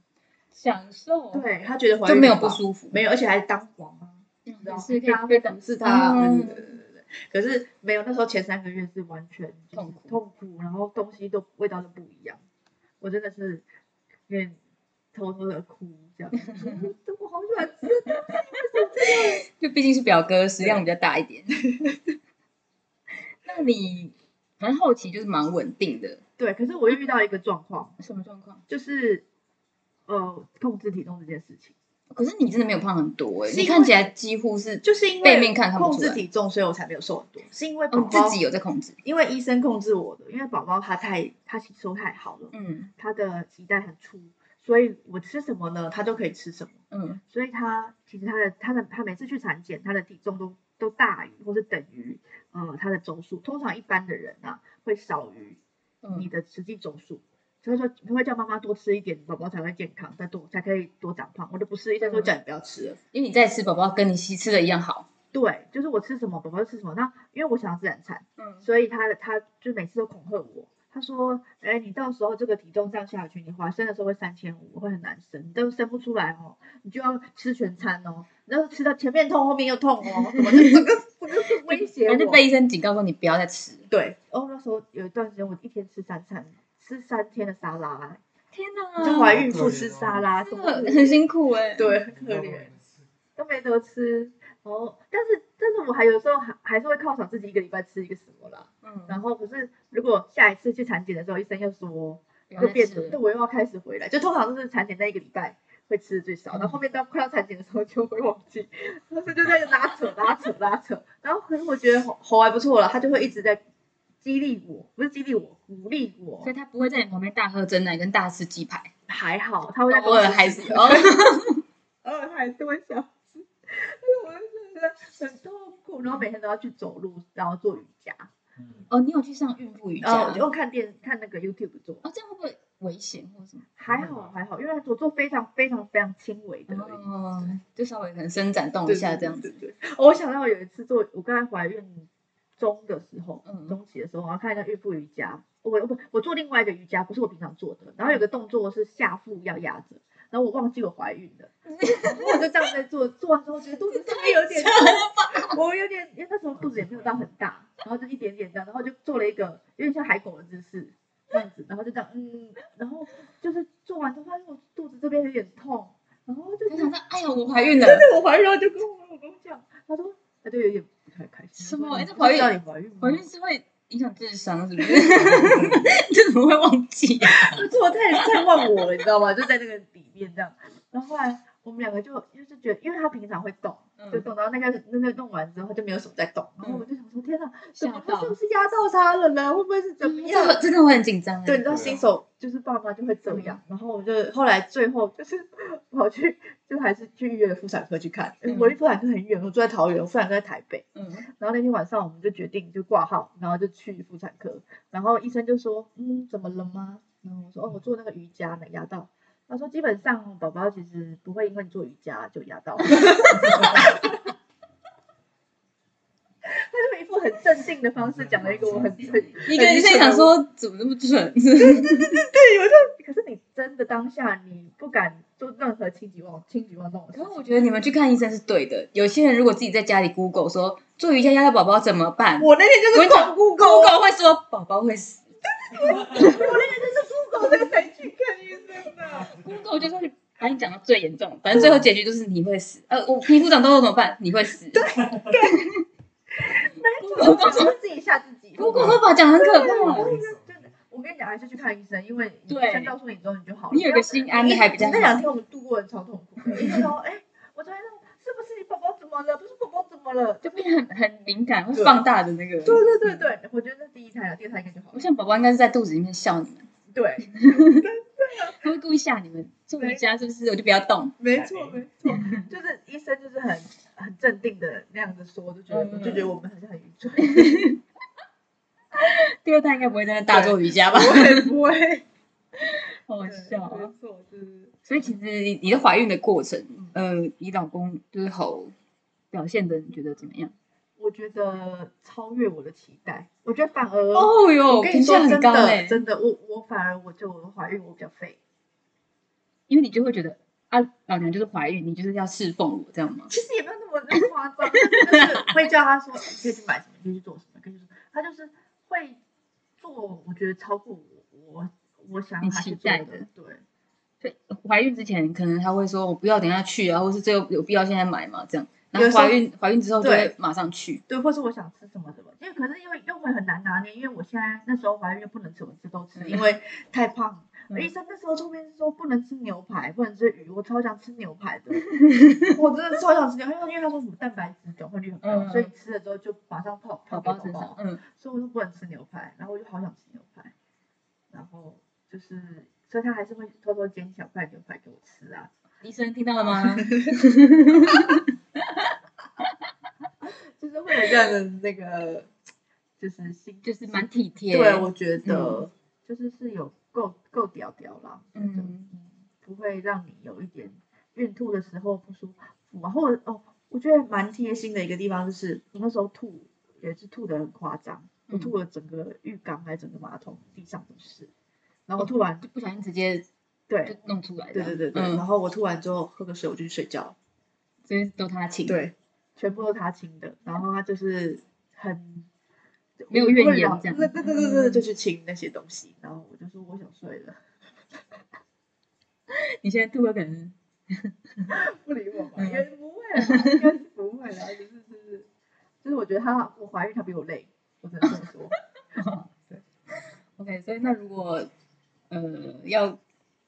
S1: 享受嗯
S2: 对他觉得怀孕
S1: 哦就没有
S2: 很
S1: 不
S2: 棒，
S1: 舒服，
S2: 没有，而且还当皇啊，
S1: 也
S2: 你知道吗
S1: 是可以
S2: 大家
S1: 被
S2: 会
S1: 当
S2: 服侍他，对
S1: 嗯
S2: 对对对对对。可是没有，那时候前三个月是完全就是
S1: 痛苦
S2: 痛苦，然后东西都味道都不一样，我真的是有点偷偷的哭这样，我我好喜欢吃，
S1: 就毕竟是表哥，食量比较大一 点。那你蛮好奇，就是蛮稳定的，
S2: 对，可是我又遇到一个状况，
S1: 什么状况？
S2: 就是呃控制体重这件事情，
S1: 可是你真的没有胖很多哎、
S2: 是
S1: 你
S2: 因为
S1: 看起来几乎是
S2: 就是因
S1: 背面
S2: 为
S1: 看看不
S2: 控
S1: 出来
S2: 制体重，所以我才没有瘦很多，是因为宝
S1: 哦
S2: 宝、
S1: 自己有在控制，
S2: 因为医生控制我的，因为宝宝他太他吸收太好了，
S1: 嗯
S2: 他的脐带很粗，所以我吃什么呢，他就可以吃什么。
S1: 嗯，
S2: 所以他其实他的他的他每次去产检，他的体重都都大于或是等于呃他的周数。通常一般的人啊会少于
S1: 嗯
S2: 你的实际周数，所以说你会叫妈妈多吃一点，宝宝才会健康，再多才可以多长胖。我就不是一再说叫你不要吃了。
S1: 因为你在吃，宝宝跟你西吃的一样好。
S2: 对，就是我吃什么，宝宝就吃什么。那因为我想要自然产，
S1: 嗯，
S2: 所以他的他就每次都恐吓我，他说：“哎、你到时候这个体重这样下去，你怀生的时候会三千五，会很难生，你都生不出来哦，你就要吃全餐哦，然后吃到前面痛，后面又痛哦，什么的，这个这是威胁
S1: 但是
S2: 我。
S1: 被医生警告说你不要再吃。
S2: 对，然后那时候有一段时间，我一天吃三餐，吃三天的沙拉，
S1: 天
S2: 你
S1: 哪
S2: 知道怀孕妇吃沙拉，
S1: 真
S2: 真
S1: 的啊很辛苦哎、，
S2: 对，很哦可怜。都没得吃。哦，但是但是我还有时候还还是会犒赏自己一个礼拜吃一个什么啦。然
S1: 嗯，
S2: 后可是如果下一次去产检的时候，医生又说又
S1: 又变
S2: 变
S1: 成
S2: 成，对我又要开始回来，就通常都是产检那一个礼拜会吃最少，然后后面到快要产检的时候就会忘记， 然后就在那拉扯拉扯拉扯。然后可是我觉得猴猴还不错了，他就会一直在激励我，不是激励我，鼓励我
S1: 所以。他不会在你旁边大喝真奶跟大吃鸡排，
S2: 还好，他会在
S1: 偶尔还是 哦，
S2: 偶尔还是会想吃，但是我就觉得很痛苦，然后每天都要去走路，然后做瑜伽，
S4: 嗯
S1: 哦，你有去上孕妇瑜
S2: 然后
S1: 伽
S2: 我？就看电看那个 YouTube 做，
S1: 哦，这样会不会危险或者什么？
S2: 还好还好，因为我做非常非常非常轻微的而已。
S1: 哦，就稍微可能伸展动一
S2: 对
S1: 下这样
S2: 对
S1: 子。
S2: 对对对我想到有一次做，我刚才怀孕中的时候，
S1: 嗯
S2: 中期的时候，我要看一下孕妇瑜伽，我我不我做另外一个瑜伽，不是我平常做的，然后有个
S1: 嗯
S2: 动作是下腹要压着。然后我忘记我怀孕 了，我就这样在做，做完之后觉得肚子稍微有 点痛，我有点，因为那时候肚子也没有到很大，然后就一点点这样，然后就做了一个有点像海狗的姿势，这样子，然后就这样，嗯，然后就是做完之后发现我肚子这边有点痛，然后就
S1: 我
S2: 是
S1: 想到，哎呀，我怀 孕了，
S2: 我怀孕，然后就跟我老公讲，他说他就有点不太开心。
S1: 什么
S2: 他
S1: 哎
S2: 说
S1: 这怀孕
S2: 你知道你怀孕吗？
S1: 怀孕是会影响智商是不 是？这怎么会忘记啊？
S2: 他做太太忘我了，你知道吗？就在那个里面这样。然后后来我们两个就就是觉得，因为他平常会动，
S1: 嗯
S2: 就动到那个那个动完之后就没有手在动，然后我就想说，天哪，怎么
S1: 吓到
S2: 是不是压到他了呢？会不会是怎么样
S1: 这？嗯个真的会很紧张哎。
S2: 对，你知道
S4: 对啊
S2: 新手就是爸妈就会这样，
S1: 嗯
S2: 然后我就后来最后就是跑去，就还是去预约了妇产科去看，因为我离妇产科很远，我住在桃园，我妇产科在台北，
S1: 嗯，
S2: 然后那天晚上我们就决定就挂号，然后就去妇产科，然后医生就说，嗯，怎么了吗？然后我说，哦，我做那个瑜伽呢，压到。他说，基本上宝宝其实不会因为你做瑜伽就压到。他 就一副很镇定的方式讲了一个我很 很
S1: 一个人在想说怎么那么 蠢？
S2: 对，有就可是你真的当下你不敢做任何轻举妄轻举妄动的事
S1: 可是我
S2: 情。
S1: 觉得你们去看医生是对的。有些人如果自己在家里 Google 说做瑜伽压到宝宝怎么办
S2: 我那天
S1: 我跟你讲
S2: Google，
S1: ，Google 会说宝宝会死
S2: 我那天就是 Google 这个才去看医生的。
S1: ，Google 就说你把你讲到最严重，反正最后结局就是你会死。呃，我皮肤长痘痘怎么办？你会死。对
S2: 没错，就是自己吓自己。
S1: ，Google 会把讲得很可怕。欸
S2: 对真的，我跟你讲，还是去看医生，因为医
S1: 对
S2: 生告诉你之后你就好了。
S1: 你有个心安，你还比较
S2: 那两天我们度过的超痛苦的，医生说，哎，我昨天说是不是你宝宝怎么了？不是宝宝怎么了？
S1: 就变得很很敏感，会放大的那个。
S2: 对对对对，我觉得是第一胎了，第二胎应该就好
S1: 我
S2: 了。
S1: 想宝宝应该是在肚子里面笑你们，
S2: 对，
S1: 他会故意吓你们。做瑜伽是不是？我就不要动。
S2: 没错没错，就是医生就是很很镇定的那样子说，我就觉得、
S1: 嗯
S2: 我就觉得我们好像很愚蠢，
S1: 第二胎应该不会在那大做瑜伽吧？
S2: 会不会？
S1: 好
S2: 对
S1: 笑啊、
S2: 没错，就是
S1: 所以其实你你的怀孕的过程，
S2: 嗯
S1: 呃，你老公就是吼表现的，你觉得怎么样？
S2: 我觉得超越我的期待，我觉得反而
S1: 哦
S2: 我
S1: 哟，
S2: 跟你
S1: 评
S2: 说
S1: 价
S2: 真
S1: 很高哎、
S2: 的真的，我我反而我就怀孕我比较废，
S1: 因为你就会觉得啊，老娘就是怀孕，你就是要侍奉我这样吗？
S2: 其实也没有那么那么夸张，但是 就是会叫他说你可以去买什么，你可以去做什么，可以去做，他就是会做，我觉得超过我我我想
S1: 你
S2: 要他
S1: 期
S2: 去做
S1: 待的
S2: 的，对。
S1: 所以怀孕之前可能他会说我不要，等一下去啊，或是这有有必要现在买吗？这样。然
S2: 有
S1: 后
S2: 时候
S1: 怀孕怀孕之后就会
S2: 对
S1: 马上去，
S2: 对，或是我想吃什么什么，因为可是因为又会很难拿捏，因为我现在那时候怀孕又不能什么吃都吃，因为太胖。
S1: 嗯
S2: 医生那时候后面是说不能吃牛排，不能吃鱼，我超想吃牛排 的，我真的超想吃牛排，因为因为他说什么蛋白质转换率很高，
S1: 嗯
S2: 所以吃了之后就马上泡泡
S1: 宝
S2: 给
S1: 宝
S2: 宝
S1: 身上
S2: 宝，，
S1: 嗯，
S2: 所以我就不能吃牛排，然后我就好想吃牛排，然后就是，所以他还是会偷偷煎小块牛排给我吃啊，
S1: 医生听到了
S2: 哦
S1: 吗？
S2: 就是会有这样的那个，就是心
S1: 就是蛮体贴，
S2: 对，我觉
S1: 嗯
S2: 得就是是有够够体调调啦，
S1: 嗯
S2: 嗯，不会让你有一点孕吐的时候不舒服啊，或者哦，我觉得蛮贴心的一个地方就是，我那时候吐也是吐的很夸张，我
S1: 嗯
S2: 吐了整个浴缸还是整个马桶地上都是，然后我吐完，
S1: 就不小心直接哦就
S2: 对
S1: 弄出来的，
S2: 对对对对，然
S1: 嗯，
S2: 后我吐完之后喝个水我就去睡觉了，
S1: 所以都他请，，
S2: 对，全部都他清的，然后他就是很
S1: 没有怨言
S2: 困扰
S1: 这样
S2: 对对对对对，
S1: 嗯
S2: 就去清那些东西，然后我就说我想睡了，
S1: 你现在吐了可能
S2: 不理我吧，
S1: 嗯
S2: 应该是不会啦，应该是不会啦，就是就是就是我觉得他我怀孕他比我累，我只能这 么说。
S1: OK，所以那如果呃要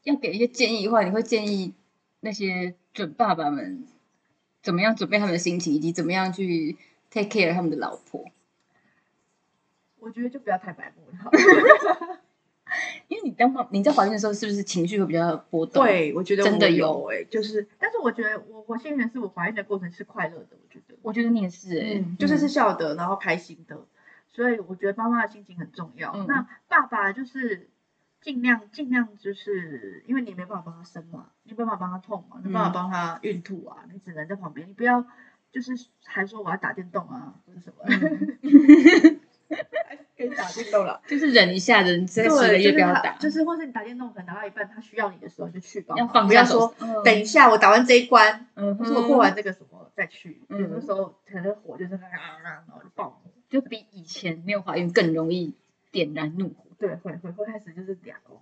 S1: 要给一些建议的话，你会建议那些准爸爸们怎么样准备他们的心情，以及怎么样去 take care 他们的老婆？
S2: 我觉得就不要太白目了。
S1: 因为你当妈，你在怀孕的时候是不是情绪会比较波动？，
S2: 对，我觉得
S1: 真的
S2: 我
S1: 有
S2: 哎、就是，但是我觉得我我幸运的是，我怀孕的过程是快乐的，我觉得，
S1: 我觉得你也是、欸，
S2: 嗯，就是是笑的，然后开心的，所以我觉得妈妈的心情很重要。
S1: 嗯
S2: 那爸爸就是尽量尽量就是，因为你没办法帮他生嘛，你没办法帮他痛嘛，你没办法
S1: 嗯
S2: 帮他孕吐啊，你只能在旁边，你不要就是还说我要打电动啊或者什么，
S1: 嗯
S2: 还是 可以打电动了。
S1: 就是忍一下，忍这
S2: 对，
S1: 十个月
S2: 就
S1: 不
S2: 是
S1: 要
S2: 他
S1: 打，
S2: 就是或是你打电动可能打到一半，他需要你的时候你就去帮
S1: 要
S2: 忙，
S1: 放
S2: 不要
S1: 下手
S2: 说、
S1: 嗯
S2: 等一下我打完这一关，
S1: 嗯
S2: 或
S1: 哼，
S2: 是我过完这个什么再去。
S1: 嗯
S2: 有的时候可能火就是啊啊啊，然后就爆火。
S1: 就比以前没有怀孕更容易点燃怒火。
S2: 对，会会会开始就是俩工，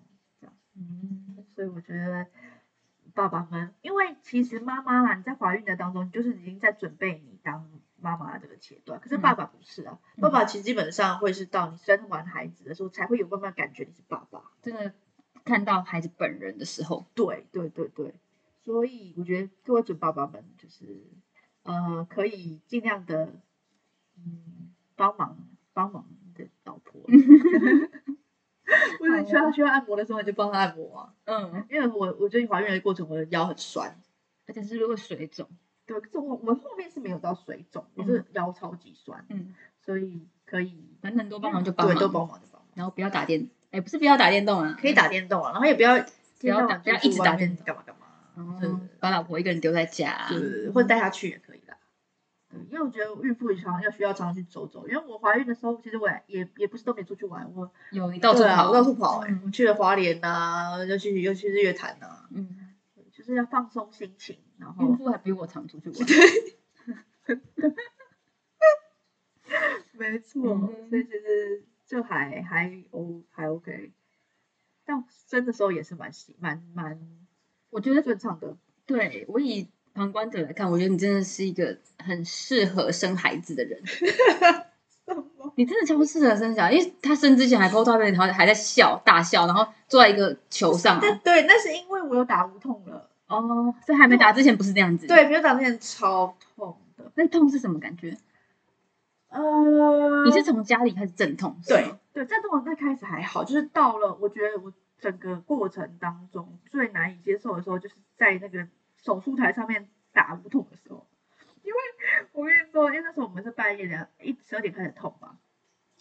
S1: 嗯，
S2: 所以我觉得爸爸们，因为其实妈妈啦，你在怀孕的当中，就是已经在准备你当妈妈这个阶段。可是爸爸不是啊，
S1: 嗯
S2: 爸爸其实基本上会是到你生完孩子的时候，才会有慢慢感觉你是爸爸。
S1: 真的看到孩子本人的时候，
S2: 对对对对，所以我觉得各位准爸爸们就是呃，可以尽量的嗯帮忙帮忙你的老 婆。哦或者需要需要按摩的时候，你就帮他按摩啊。
S1: 嗯，
S2: 因为我我最近怀孕的过程，我的腰很酸。
S1: 而且是如果水肿，
S2: 对，可是我我后面是没有到水肿，我是腰超级酸，
S1: 嗯，
S2: 所以可以
S1: 反正多帮忙就帮
S2: 对
S1: 忙，
S2: 都帮忙就帮忙，
S1: 然后不要打电，哎，不是不要打电动啊，
S2: 可以打电动啊，然后也不要不
S1: 要打不要一直打电动
S2: 干嘛干嘛，对
S1: 哦，把老婆一个人丢在家，
S2: 对对对，或者带她去也可以啦。对，因为我觉得孕妇也常要需要常常去走走，因为我怀孕的时候，其实我也也也不是都没出去玩，我
S1: 嗯有你到处
S2: 对啊
S1: 跑，
S2: 我到处跑、欸，
S1: 嗯
S2: 我去了花莲呐、又去又去日月潭呐、啊
S1: 嗯，
S2: 就是要放松心情，然
S1: 孕
S2: 后
S1: 妇还比我常出去玩，
S2: 没错
S1: 嗯
S2: 所以其实就还还 O 还 OK，但生的时候也是蛮喜蛮蛮
S1: 我觉得
S2: 顺畅的，
S1: 对我以旁观者来看，我觉得你真的是一个很适合生孩子的 人，你真的超适合生小孩，因为他生之前还 PO 照片，然后还在笑大笑，然后坐在一个球上、
S2: 但
S1: 啊，
S2: 对，那是因为我有打无痛了，
S1: 哦，所以还没打之前不是那样子，，
S2: 对，没有打之前超痛的，
S1: 那痛是什么感觉？
S2: 呃，
S1: 你是从家里开始阵痛，是
S2: 对
S1: 吗，
S2: 对，战斗王在开始还好，就是到了我觉得我整个过程当中最难以接受的时候，就是在那个手术台上面打无痛的时候，因为我跟你说，因为那时候我们是半夜两一十二点开始痛嘛，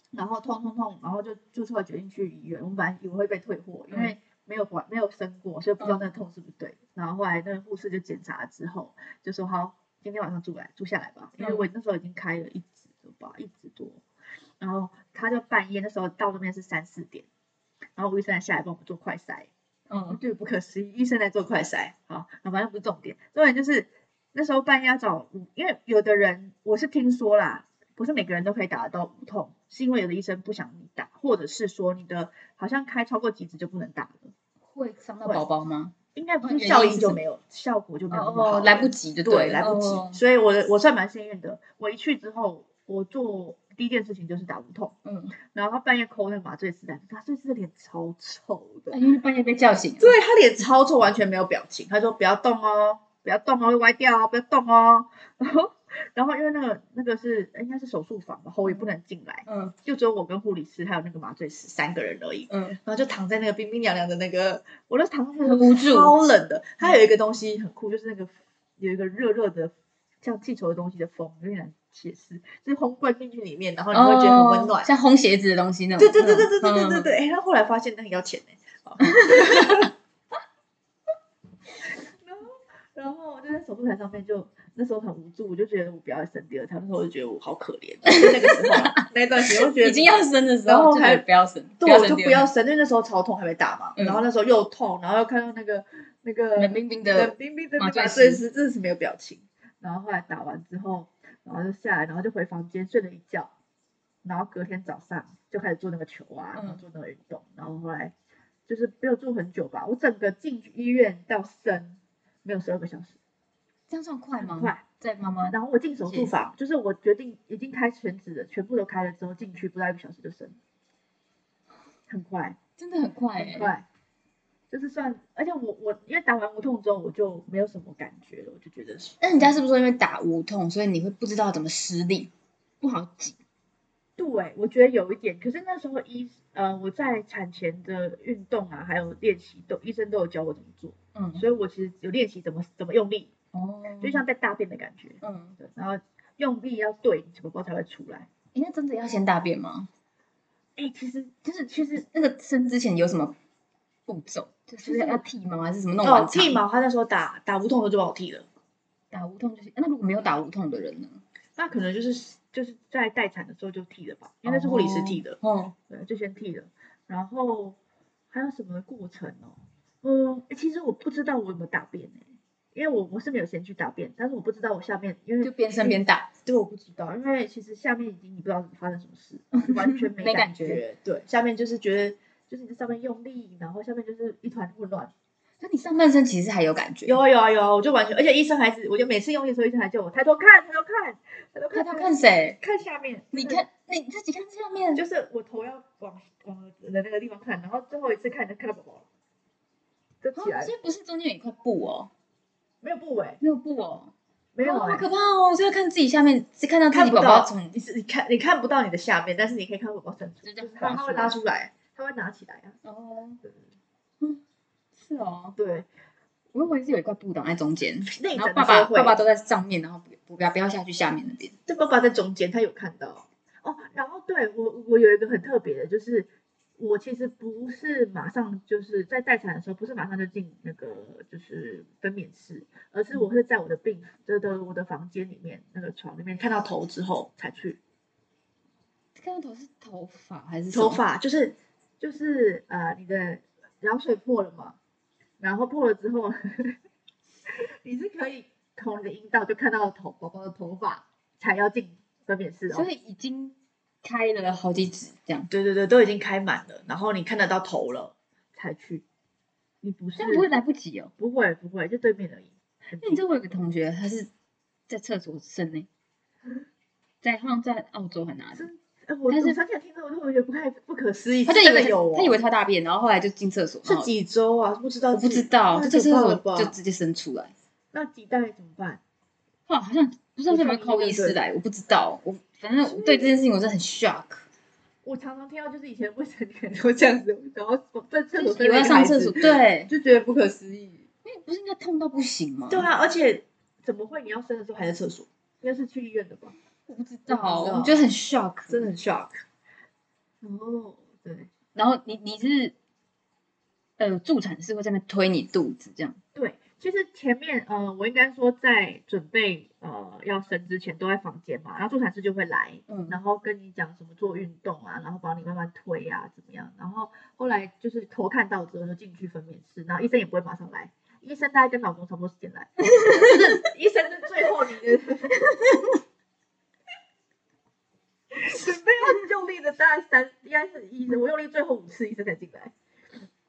S2: 然后痛痛痛，然后就就是会决定去医院，我们本来以为会被退货，因为。没有怀没有生过，所以不知道那个痛是不是对的。然后后来那个护士就检查之后，就说好，今天晚上住来住下来吧，因为
S1: 嗯
S2: 我那时候已经开了一指了吧，一指多，然后他就半夜那时候到那边是三四点，然后吴医生还下来帮我们做快筛，我
S1: 嗯，
S2: 觉得不可思议，医生在做快筛，好，那反正不是重点，重点就是那时候半夜要找无，因为有的人我是听说啦，不是每个人都可以打得到无痛，是因为有的医生不想你打，或者是说你的好像开超过几指就不能打了，
S1: 会伤到
S2: 会
S1: 宝宝吗？
S2: 应该不
S1: 哦
S2: 是
S1: 原
S2: 效
S1: 因
S2: 益
S1: 是
S2: 就
S1: 什
S2: 没有效果就没有那么好
S1: 哦，
S2: 了
S1: 来不及就
S2: 对，
S1: 了
S2: 来不及。
S1: 哦
S2: 所以我的我算蛮幸运的，我一去之后，我做第一件事情就是打无痛，
S1: 嗯，
S2: 然后他半夜抠那个麻醉师来，麻醉师的脸超臭的，
S1: 因为半夜被叫醒，
S2: 对，他脸超臭，完全没有表情。他说不要动哦，不要动哦，会歪掉哦，不要动哦。 然后然后因为那个那个是哎应该是手术房吧，后也不能进来，
S1: 嗯
S2: 就只有我跟护理师还有那个麻醉师三个人而已。
S1: 嗯，
S2: 然后就躺在那个冰冰凉凉的那个，我都躺在那个
S1: 很嗯无助
S2: 超冷的。它有一个东西很酷，就是那个有一个热热的像气球的东西的风，有点也是，就是烘灌进去里面，然后你会觉得很温暖
S1: 哦。像烘鞋子的东西那种。
S2: 对对对对对对对对
S1: 嗯。
S2: 对，哎、他后来发现那个要钱呢、哦好 然后然后我就在手术台上面就那时候很无助，我就觉得我不要再生第二胎，那时候我就觉得我好可怜。就那个时候 啊那一段时间，我就觉得
S1: 已经要生的时候，
S2: 然后
S1: 就
S2: 还
S1: 觉得不要生，
S2: 对，我就
S1: 第
S2: 不
S1: 二
S2: 要
S1: 胎
S2: 生，因为那时候超痛还没打嘛，
S1: 嗯
S2: 然后那时候又痛，然后又看到那个那个
S1: 冷冰冰
S2: 冷
S1: 的，
S2: 冰冰的
S1: 麻
S2: 麻
S1: 醉
S2: 醉
S1: 师
S2: 师，真的是没有表情。然后后来打完之后，然后就下来，然后就回房间睡了一觉，然后隔天早上就开始做那个球啊，然后
S1: 嗯
S2: 做那个运动，然后后来就是没有做很久吧，我整个进医院到生没有十二个小时，
S1: 这样算快吗？
S2: 很快。
S1: 在妈妈
S2: 然后我进手术房，就是我决定已经开全职了，全部都开了之后进去，不到一个小时就生，很快。
S1: 真的很快
S2: 很
S1: 欸，
S2: 快，就是算，而且我我因为打完无痛之后，我就没有什么感觉了，我就觉得是
S1: 但人家是不是说因为打无痛，所以你会不知道怎么施力，不好挤？
S2: 对，我觉得有一点。可是那时候医呃我在产前的运动啊，还有练习都医生都有教我怎么做，
S1: 嗯，
S2: 所以我其实有练习怎么怎么用力，
S1: 哦，
S2: 就像在大便的感觉，
S1: 嗯，
S2: 对，然后用力要对，你宝宝才会出来。
S1: 诶那真的要先大便吗？
S2: 哎、其实
S1: 就是其实那个生之前有什么步骤？就是
S2: 就是
S1: 要剃毛还是什么弄
S2: 哦
S1: 完，
S2: 剃？毛他那时候打打无痛的就帮我剃了，
S1: 打无痛就是那如果没有打无痛的人呢？
S2: 那可能就是就是在待产的时候就剃了吧，因为那是护理师剃的。
S1: 哦，
S2: 对，就先剃了。然后还有什么过程哦？嗯，其实我不知道我有没有大便呢、因为我我是没有先去大便，但是我不知道我下面，因为
S1: 就边生边打，
S2: 对我不知道，因为其实下面已经你不知道发生什么事，就完全没
S1: 没感
S2: 觉。
S1: 觉
S2: 对，下面就是觉得就是你在上面用力，然后下面就是一团混乱。
S1: 那你上半身其实还有感觉，
S2: 有啊有啊有啊，我就完全，而且医生还是，我就每次用力的时候，医生还叫我抬头看，抬头看，抬头
S1: 看
S2: 看，
S1: 他看谁？
S2: 看下面，
S1: 你
S2: 对
S1: 看你自己看下面，
S2: 就是我头要往往的那个地方看，然后最后一次看就看到宝宝了，就起来
S1: 哦
S2: 了
S1: 所以不是中间有一块布哦，
S2: 没有部位，
S1: 没有布哦，
S2: 没有、
S1: 哦好
S2: 欸，
S1: 可怕哦！所以要看自己下面，是看到自
S2: 看
S1: 己
S2: 不
S1: 宝
S2: 到
S1: 宝从
S2: 你是你看你看不到你的下面，但是你可以看到宝宝伸出，
S1: 就这
S2: 就
S1: 样
S2: 是它
S1: 滑
S2: 它会
S1: 出来
S2: 拉出来，它会拿起来啊，
S1: 哦，
S2: 对对
S1: 是哦，
S2: 对对，
S1: 我以为是有一块布挡在中间，
S2: 那一
S1: 然后
S2: 整
S1: 爸
S2: 的时候
S1: 爸
S2: 会，
S1: 爸爸都在上面，然后不不要不要下去下面那边，
S2: 对爸爸在中间，他有看到哦，然后对我我有一个很特别的，就是。我其实不是马上就是在待产的时候，不是马上就进那个就是分娩室，而是我是在我的病这的我的房间里面那个床里面看到头之后才去，
S1: 看到头是头发还是什么
S2: 头？发就是就是呃，你的羊水破了嘛，然后破了之后， 你是可以从你的阴道就看到头宝宝的头发才要进分娩室哦
S1: 所。以已经开了好几指这样，
S2: 对对对，都已经开满了，然后你看得到头了才去，你不是
S1: 这样不会来不及哦。
S2: 不会不会，就对面而已。很
S1: 那你
S2: 近
S1: 知道我有个同学，他是在厕所生呢，在好像在澳洲还哪里，
S2: 真哎我
S1: 但是
S2: 我想起来听到，我就觉得不太不可思议，
S1: 他就以
S2: 真的
S1: 为他
S2: 有哦，
S1: 他以为他大便，然后后来就进厕所，
S2: 是
S1: 然后
S2: 几周啊？不知道
S1: 我
S2: 几，
S1: 不知道，
S2: 太
S1: 就在
S2: 可怕
S1: 厕
S2: 了吧
S1: 所就直接生出来。
S2: 那几代怎么办？
S1: 哇，好像不知道有没有靠医师来，我不知道。我反正我对这件事情我是很 shock，
S2: 我常常听到就是以前未成年都这样子，然后在厕所
S1: 就是以为要上厕所，，对，
S2: 就觉得不可思议。
S1: 因为不是应该痛到不行吗？
S2: 对，啊，而且怎么会你要生的时候还在厕所？应该是去医院的吧？
S1: 我不知
S2: 我
S1: 道，
S2: 不知道
S1: 我觉得很 shock，
S2: 真的。很 shock。哦，对
S1: 然后你你是呃助产士会在那边推你肚子这样，
S2: 对，其实前面呃，我应该说在准备呃要生之前都在房间嘛，然后助产士就会来，
S1: 嗯
S2: 然后跟你讲什么做运动啊，然后帮你慢慢推啊，怎么样？然后后来就是头看到之后就进去分娩室，然后医生也不会马上来，医生大概跟老公差不多时间来，就是医生是最后你的 准备要用力的大概三，应该是医生，我用力最后五次，医生才进来。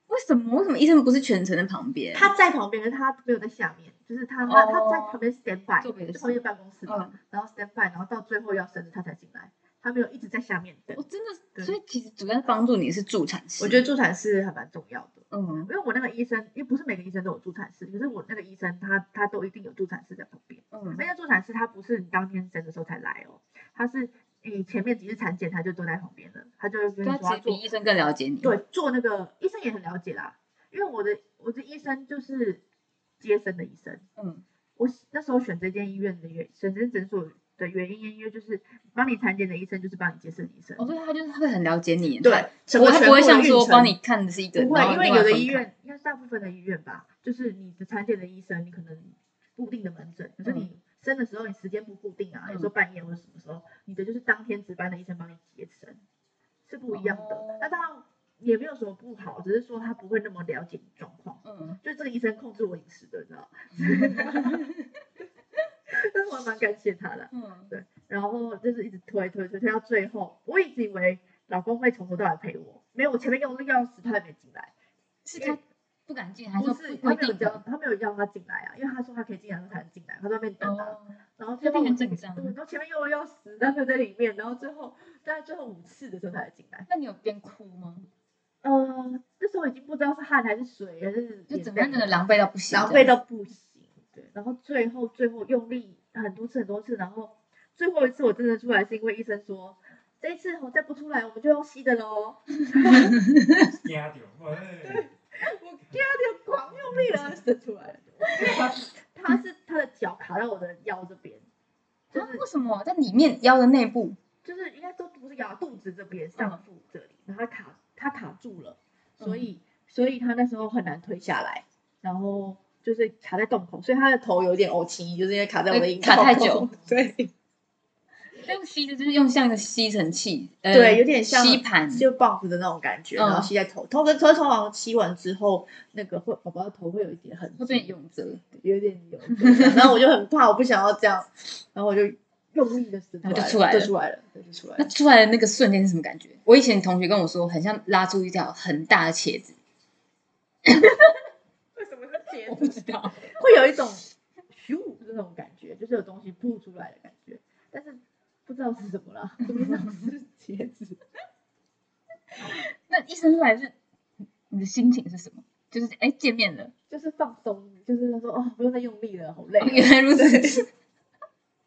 S1: 为什么为什么医生不是全程在旁边？
S2: 他在旁边，可是他没有在下面，就是他
S1: 哦
S2: 他、他在旁边 stand by，
S1: 做别的
S2: 就
S1: 事
S2: 旁边办公室嘛，
S1: 嗯
S2: 然后 stand by，然后到最后要生日他才进来，他没有一直在下面等
S1: 我。真的，
S2: 对
S1: 所以其实主要帮助你是助产士。
S2: 我觉得助产士还蛮重要的，
S1: 嗯
S2: 因，为我那个医生，因为不是每个医生都有助产士，可是我那个医生他他都一定有助产士在旁边。
S1: 嗯
S2: 那个助产士他不是你当天生的时候才来哦，他是你前面几次产检他就都在旁边了，他就会
S1: 对
S2: 跟你
S1: 他
S2: 说
S1: 其
S2: 他
S1: 实比
S2: 做
S1: 医生更了解你。
S2: 对，做那个医生也很了解啦，因为我的我的医生就是接生的医生。
S1: 嗯，
S2: 我那时候选这间医院的原选这间诊所的原因，因为就是帮你产检的医生就是帮你接生的医生。
S1: 哦，对，他就是会很了解你，
S3: 对，整
S1: 不
S3: 个
S1: 会他
S3: 全
S1: 不
S3: 部
S1: 会
S3: 的
S1: 像
S3: 运
S1: 说
S3: 程
S1: 帮你看的是一个，
S2: 不
S1: 然
S2: 会，
S1: 后
S2: 因为
S1: 另外
S2: 有的
S1: 分
S2: 医
S1: 开
S2: 院，应该是大部分的医院吧，就是你的产检的医生，你可能固定的门诊，
S1: 嗯
S2: 可是你生的时候你时间不固定啊，有时候半夜或者什么时候，你的就是当天值班的医生帮你接生，是不一样
S1: 哦
S2: 的。那当然也没有什么不好，只是说他不会那么了解你状况。
S1: 嗯，
S2: 就这个医生控制我饮食的，你知道， 但是我还蛮感谢他的。
S1: 嗯，
S2: 然后就是一直推推推推到最后，我一直以为老公会从头到尾陪我，没有，我前面用力要死，他也没进来。
S1: 是
S2: 因为
S1: 他不敢进，还
S2: 不
S1: 说
S2: 是，
S1: 不
S2: 他
S1: 一
S2: 没有
S1: 定
S2: 叫，
S1: 的？
S2: 他没有叫他进来啊，因为他说他可以进来，他才能进来，他在那边等啊。
S1: 哦，
S2: 然后
S1: 那
S2: 最后
S1: 你很
S2: 我
S1: 紧张
S2: 对，然后前面又要死，但他在里面，然后最后大概最后五次的时候才进来。
S1: 那你有边哭吗？
S2: 呃，这时候已经不知道是汗还是水还是
S1: 哦就
S2: 眼
S1: 整
S2: 泪
S1: 个人真的狼狈到不行，
S2: 狼狈到不行。对，然后最后最后用力很多次很多次，然后最后一次我真的出来是因为医生说。这一次我再不出来，我们就用吸的喽。
S4: 惊到，喂，
S2: 我第二天狂用力了，伸出来了。他是他的脚卡到我的腰这边，就
S1: 啊
S2: 是
S1: 为什么在里面腰的内部？
S2: 就是应该都不是咬肚子这边上腹这里，然后他卡他卡住了，
S1: 嗯
S2: 所以、所以他那时候很难推下来，然后就是卡在洞口，所以他的头有点凹起，就是因为卡在我的阴
S1: 卡
S2: 道
S1: 太
S2: 口
S1: 久，
S2: 对
S1: 用吸的，就是用像一个吸尘器，呃
S2: 对，有点像
S1: 吸盘，
S2: 就 bump 的那种感觉，
S1: 嗯
S2: 然后吸在头，头跟头通常吸完之后，那个会宝宝的头会有一点痕
S1: 会
S2: 迹
S1: 变，永泽，
S2: 有点有点这样，然后我就很怕，我不想要这样，然后我就用力的撕
S1: 然后就
S2: 出
S1: 出来
S2: 来了，
S1: 了
S2: 就出来了，对就出来
S1: 那
S2: 了。
S1: 出来的那个瞬间是什么感觉？我以前同学跟我说，很像拉出一条很大的茄子，
S2: 为什么是茄
S1: 我不知道，
S2: 会有一种咻的那种感觉，就是有东西扑出来的感觉，但是不知道是什么啦，不知道是茄子。
S1: 那一生出来是你的心情是什么？就是哎、见面了，哦
S2: 就是放松，就是他说哦，不用再用力了，好累、啊
S1: 原来如此。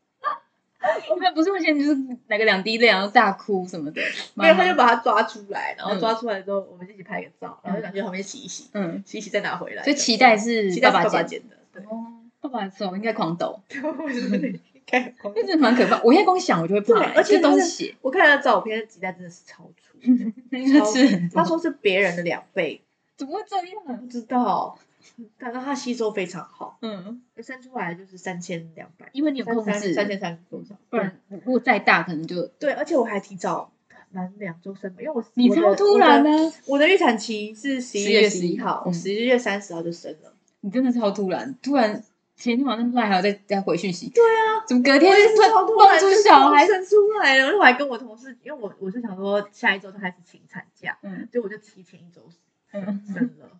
S1: 一般不是会先就是来个两滴泪，然后大哭什么的。
S2: 没有，
S1: 妈
S2: 他
S1: 妈
S2: 就把它抓出来，然后
S1: 嗯
S2: 抓出来之后，我们自己拍个照，然后就拿去旁边洗一洗，
S1: 嗯，
S2: 洗一洗再拿回来。
S1: 所以脐带是
S2: 期待爸
S1: 爸
S2: 爸
S1: 剪
S2: 剪的，对
S1: 的。，哦，爸爸的手应该狂抖，
S2: 看光
S1: 那真的蛮可怕。我现在光想我就会怕、
S2: 对
S1: 欸，
S2: 而且
S1: 这都
S2: 就是
S1: 是血，
S2: 我看他照片，脐带真的是超粗的，
S1: 应该吃很
S2: 他
S1: 多。
S2: 说是别人的两倍，
S1: 怎么会这样？啊
S2: 不知道，但是它吸收非常好，
S1: 嗯，
S2: 生出来就是三千两百，
S1: 因为你有控制，
S2: 三千三多少？
S1: 不然如果再大可能就
S2: 对，而且我还提早满两周生吧，因为我
S1: 你超突然，呢、啊，
S2: 我的我的预产期是十一月十一号，
S1: 嗯
S2: 我十一月三十号就生了，
S1: 你真的超突然，突然前天晚上赖还有在在回讯息，
S2: 对啊，
S1: 怎么 隔天
S2: 我也是
S1: 突然
S2: 超突
S1: 蹦
S2: 然
S1: 出小孩？
S2: 生出来了，然后我还跟我同事，因为我我是想说下一周就开始请产假，
S1: 嗯
S2: 所以我就提前一周
S1: 嗯，
S2: 生 了。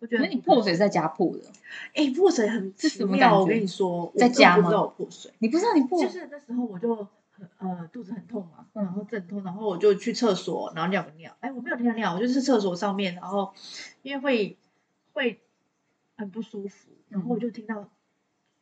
S2: 我觉得
S1: 那你破水是在家破的，
S2: 哎、破水很
S1: 是
S2: 奇
S1: 什么感
S2: 妙
S1: 觉
S2: 我跟你说，
S1: 在家
S2: 我
S1: 吗
S2: 根本不知道我破水。
S1: 你不知道你破，
S2: 就是那时候我就很呃肚子很痛嘛，
S1: 嗯
S2: 然后阵痛，然后我就去厕所，然后尿个尿。哎，我没有尿尿，我就是厕所上面，然后因为会会很不舒服，然
S1: 嗯
S2: 后我就听到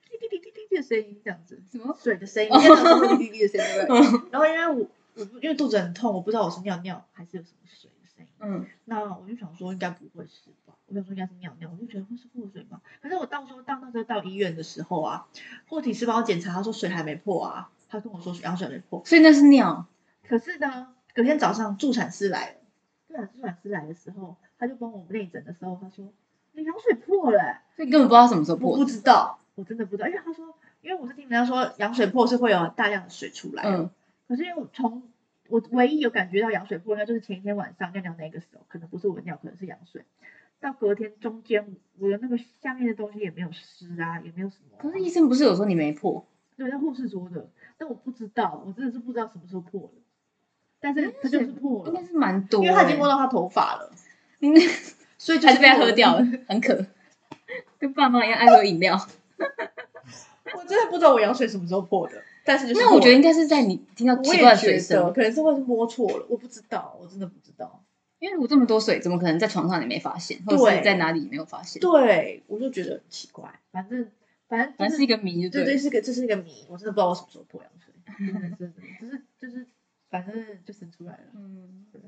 S2: 滴滴滴滴滴的声音，这样子
S1: 什么？嗯
S2: 水的声音，应该是滴滴滴的声音，对不对？然后因为我我不因为肚子很痛，我不知道我是尿尿还是有什么水的声音。
S1: 嗯，
S2: 那我就想说应该不会是吧？我想说应该是尿尿，我就觉得会是破水吧。可是我到时候到那时候到医院的时候啊，护体师帮我检查，他说水还没破啊，他跟我说羊水没破。
S1: 所以那是尿，
S2: 可是呢，隔天早上助产师来了，助产助产师来的时候，他就帮我内诊的时候，他说你羊水破了欸、
S1: 所以你根本不知道什么时候
S2: 我
S1: 破
S2: 不
S1: 的，
S2: 知道，我真的不知道，因为他说，因为我是听人家说羊水破是会有大量的水出来的，
S1: 嗯
S2: 可是因为我从我唯一有感觉到羊水破，应该就是前一天晚上尿尿那个时候，可能不是我尿，可能是羊水。到隔天中间，我的那个下面的东西也没有湿啊，也没有什么啊、
S1: 可是医生不是有说你没破，
S2: 对，那护士说的，但我不知道，我真的是不知道什么时候破的，但是它就是破
S1: 应
S2: 了
S1: 该，是蛮多、
S2: 因
S1: 欸，
S2: 为他已经摸到他头发了，
S1: 你
S2: 所以就
S1: 还是被他
S2: 破
S1: 喝掉了，很渴，跟爸妈一样爱喝饮料。
S2: 我真的不知道我羊水什么时候破的，但是就是
S1: 那我
S2: 破
S1: 觉得
S2: 了
S1: 应该是在你听到
S2: 我
S1: 奇怪
S2: 也
S1: 的水
S2: 觉得
S1: 声，
S2: 可能是会是摸错了，我不知道，我真的不知道。
S1: 因为如果这么多水，怎么可能在床上你没发现，或者
S2: 对
S1: 是在哪里没有发现？
S2: 对，我就觉得很奇怪，反正反
S1: 反正
S2: 正就是
S1: 一个谜，就
S2: 对
S1: 了
S2: 对，是个这是一个谜，我真的不知道我 什么时候破羊水，真的是，就是就是反正就生出来了。
S1: 嗯
S2: 对，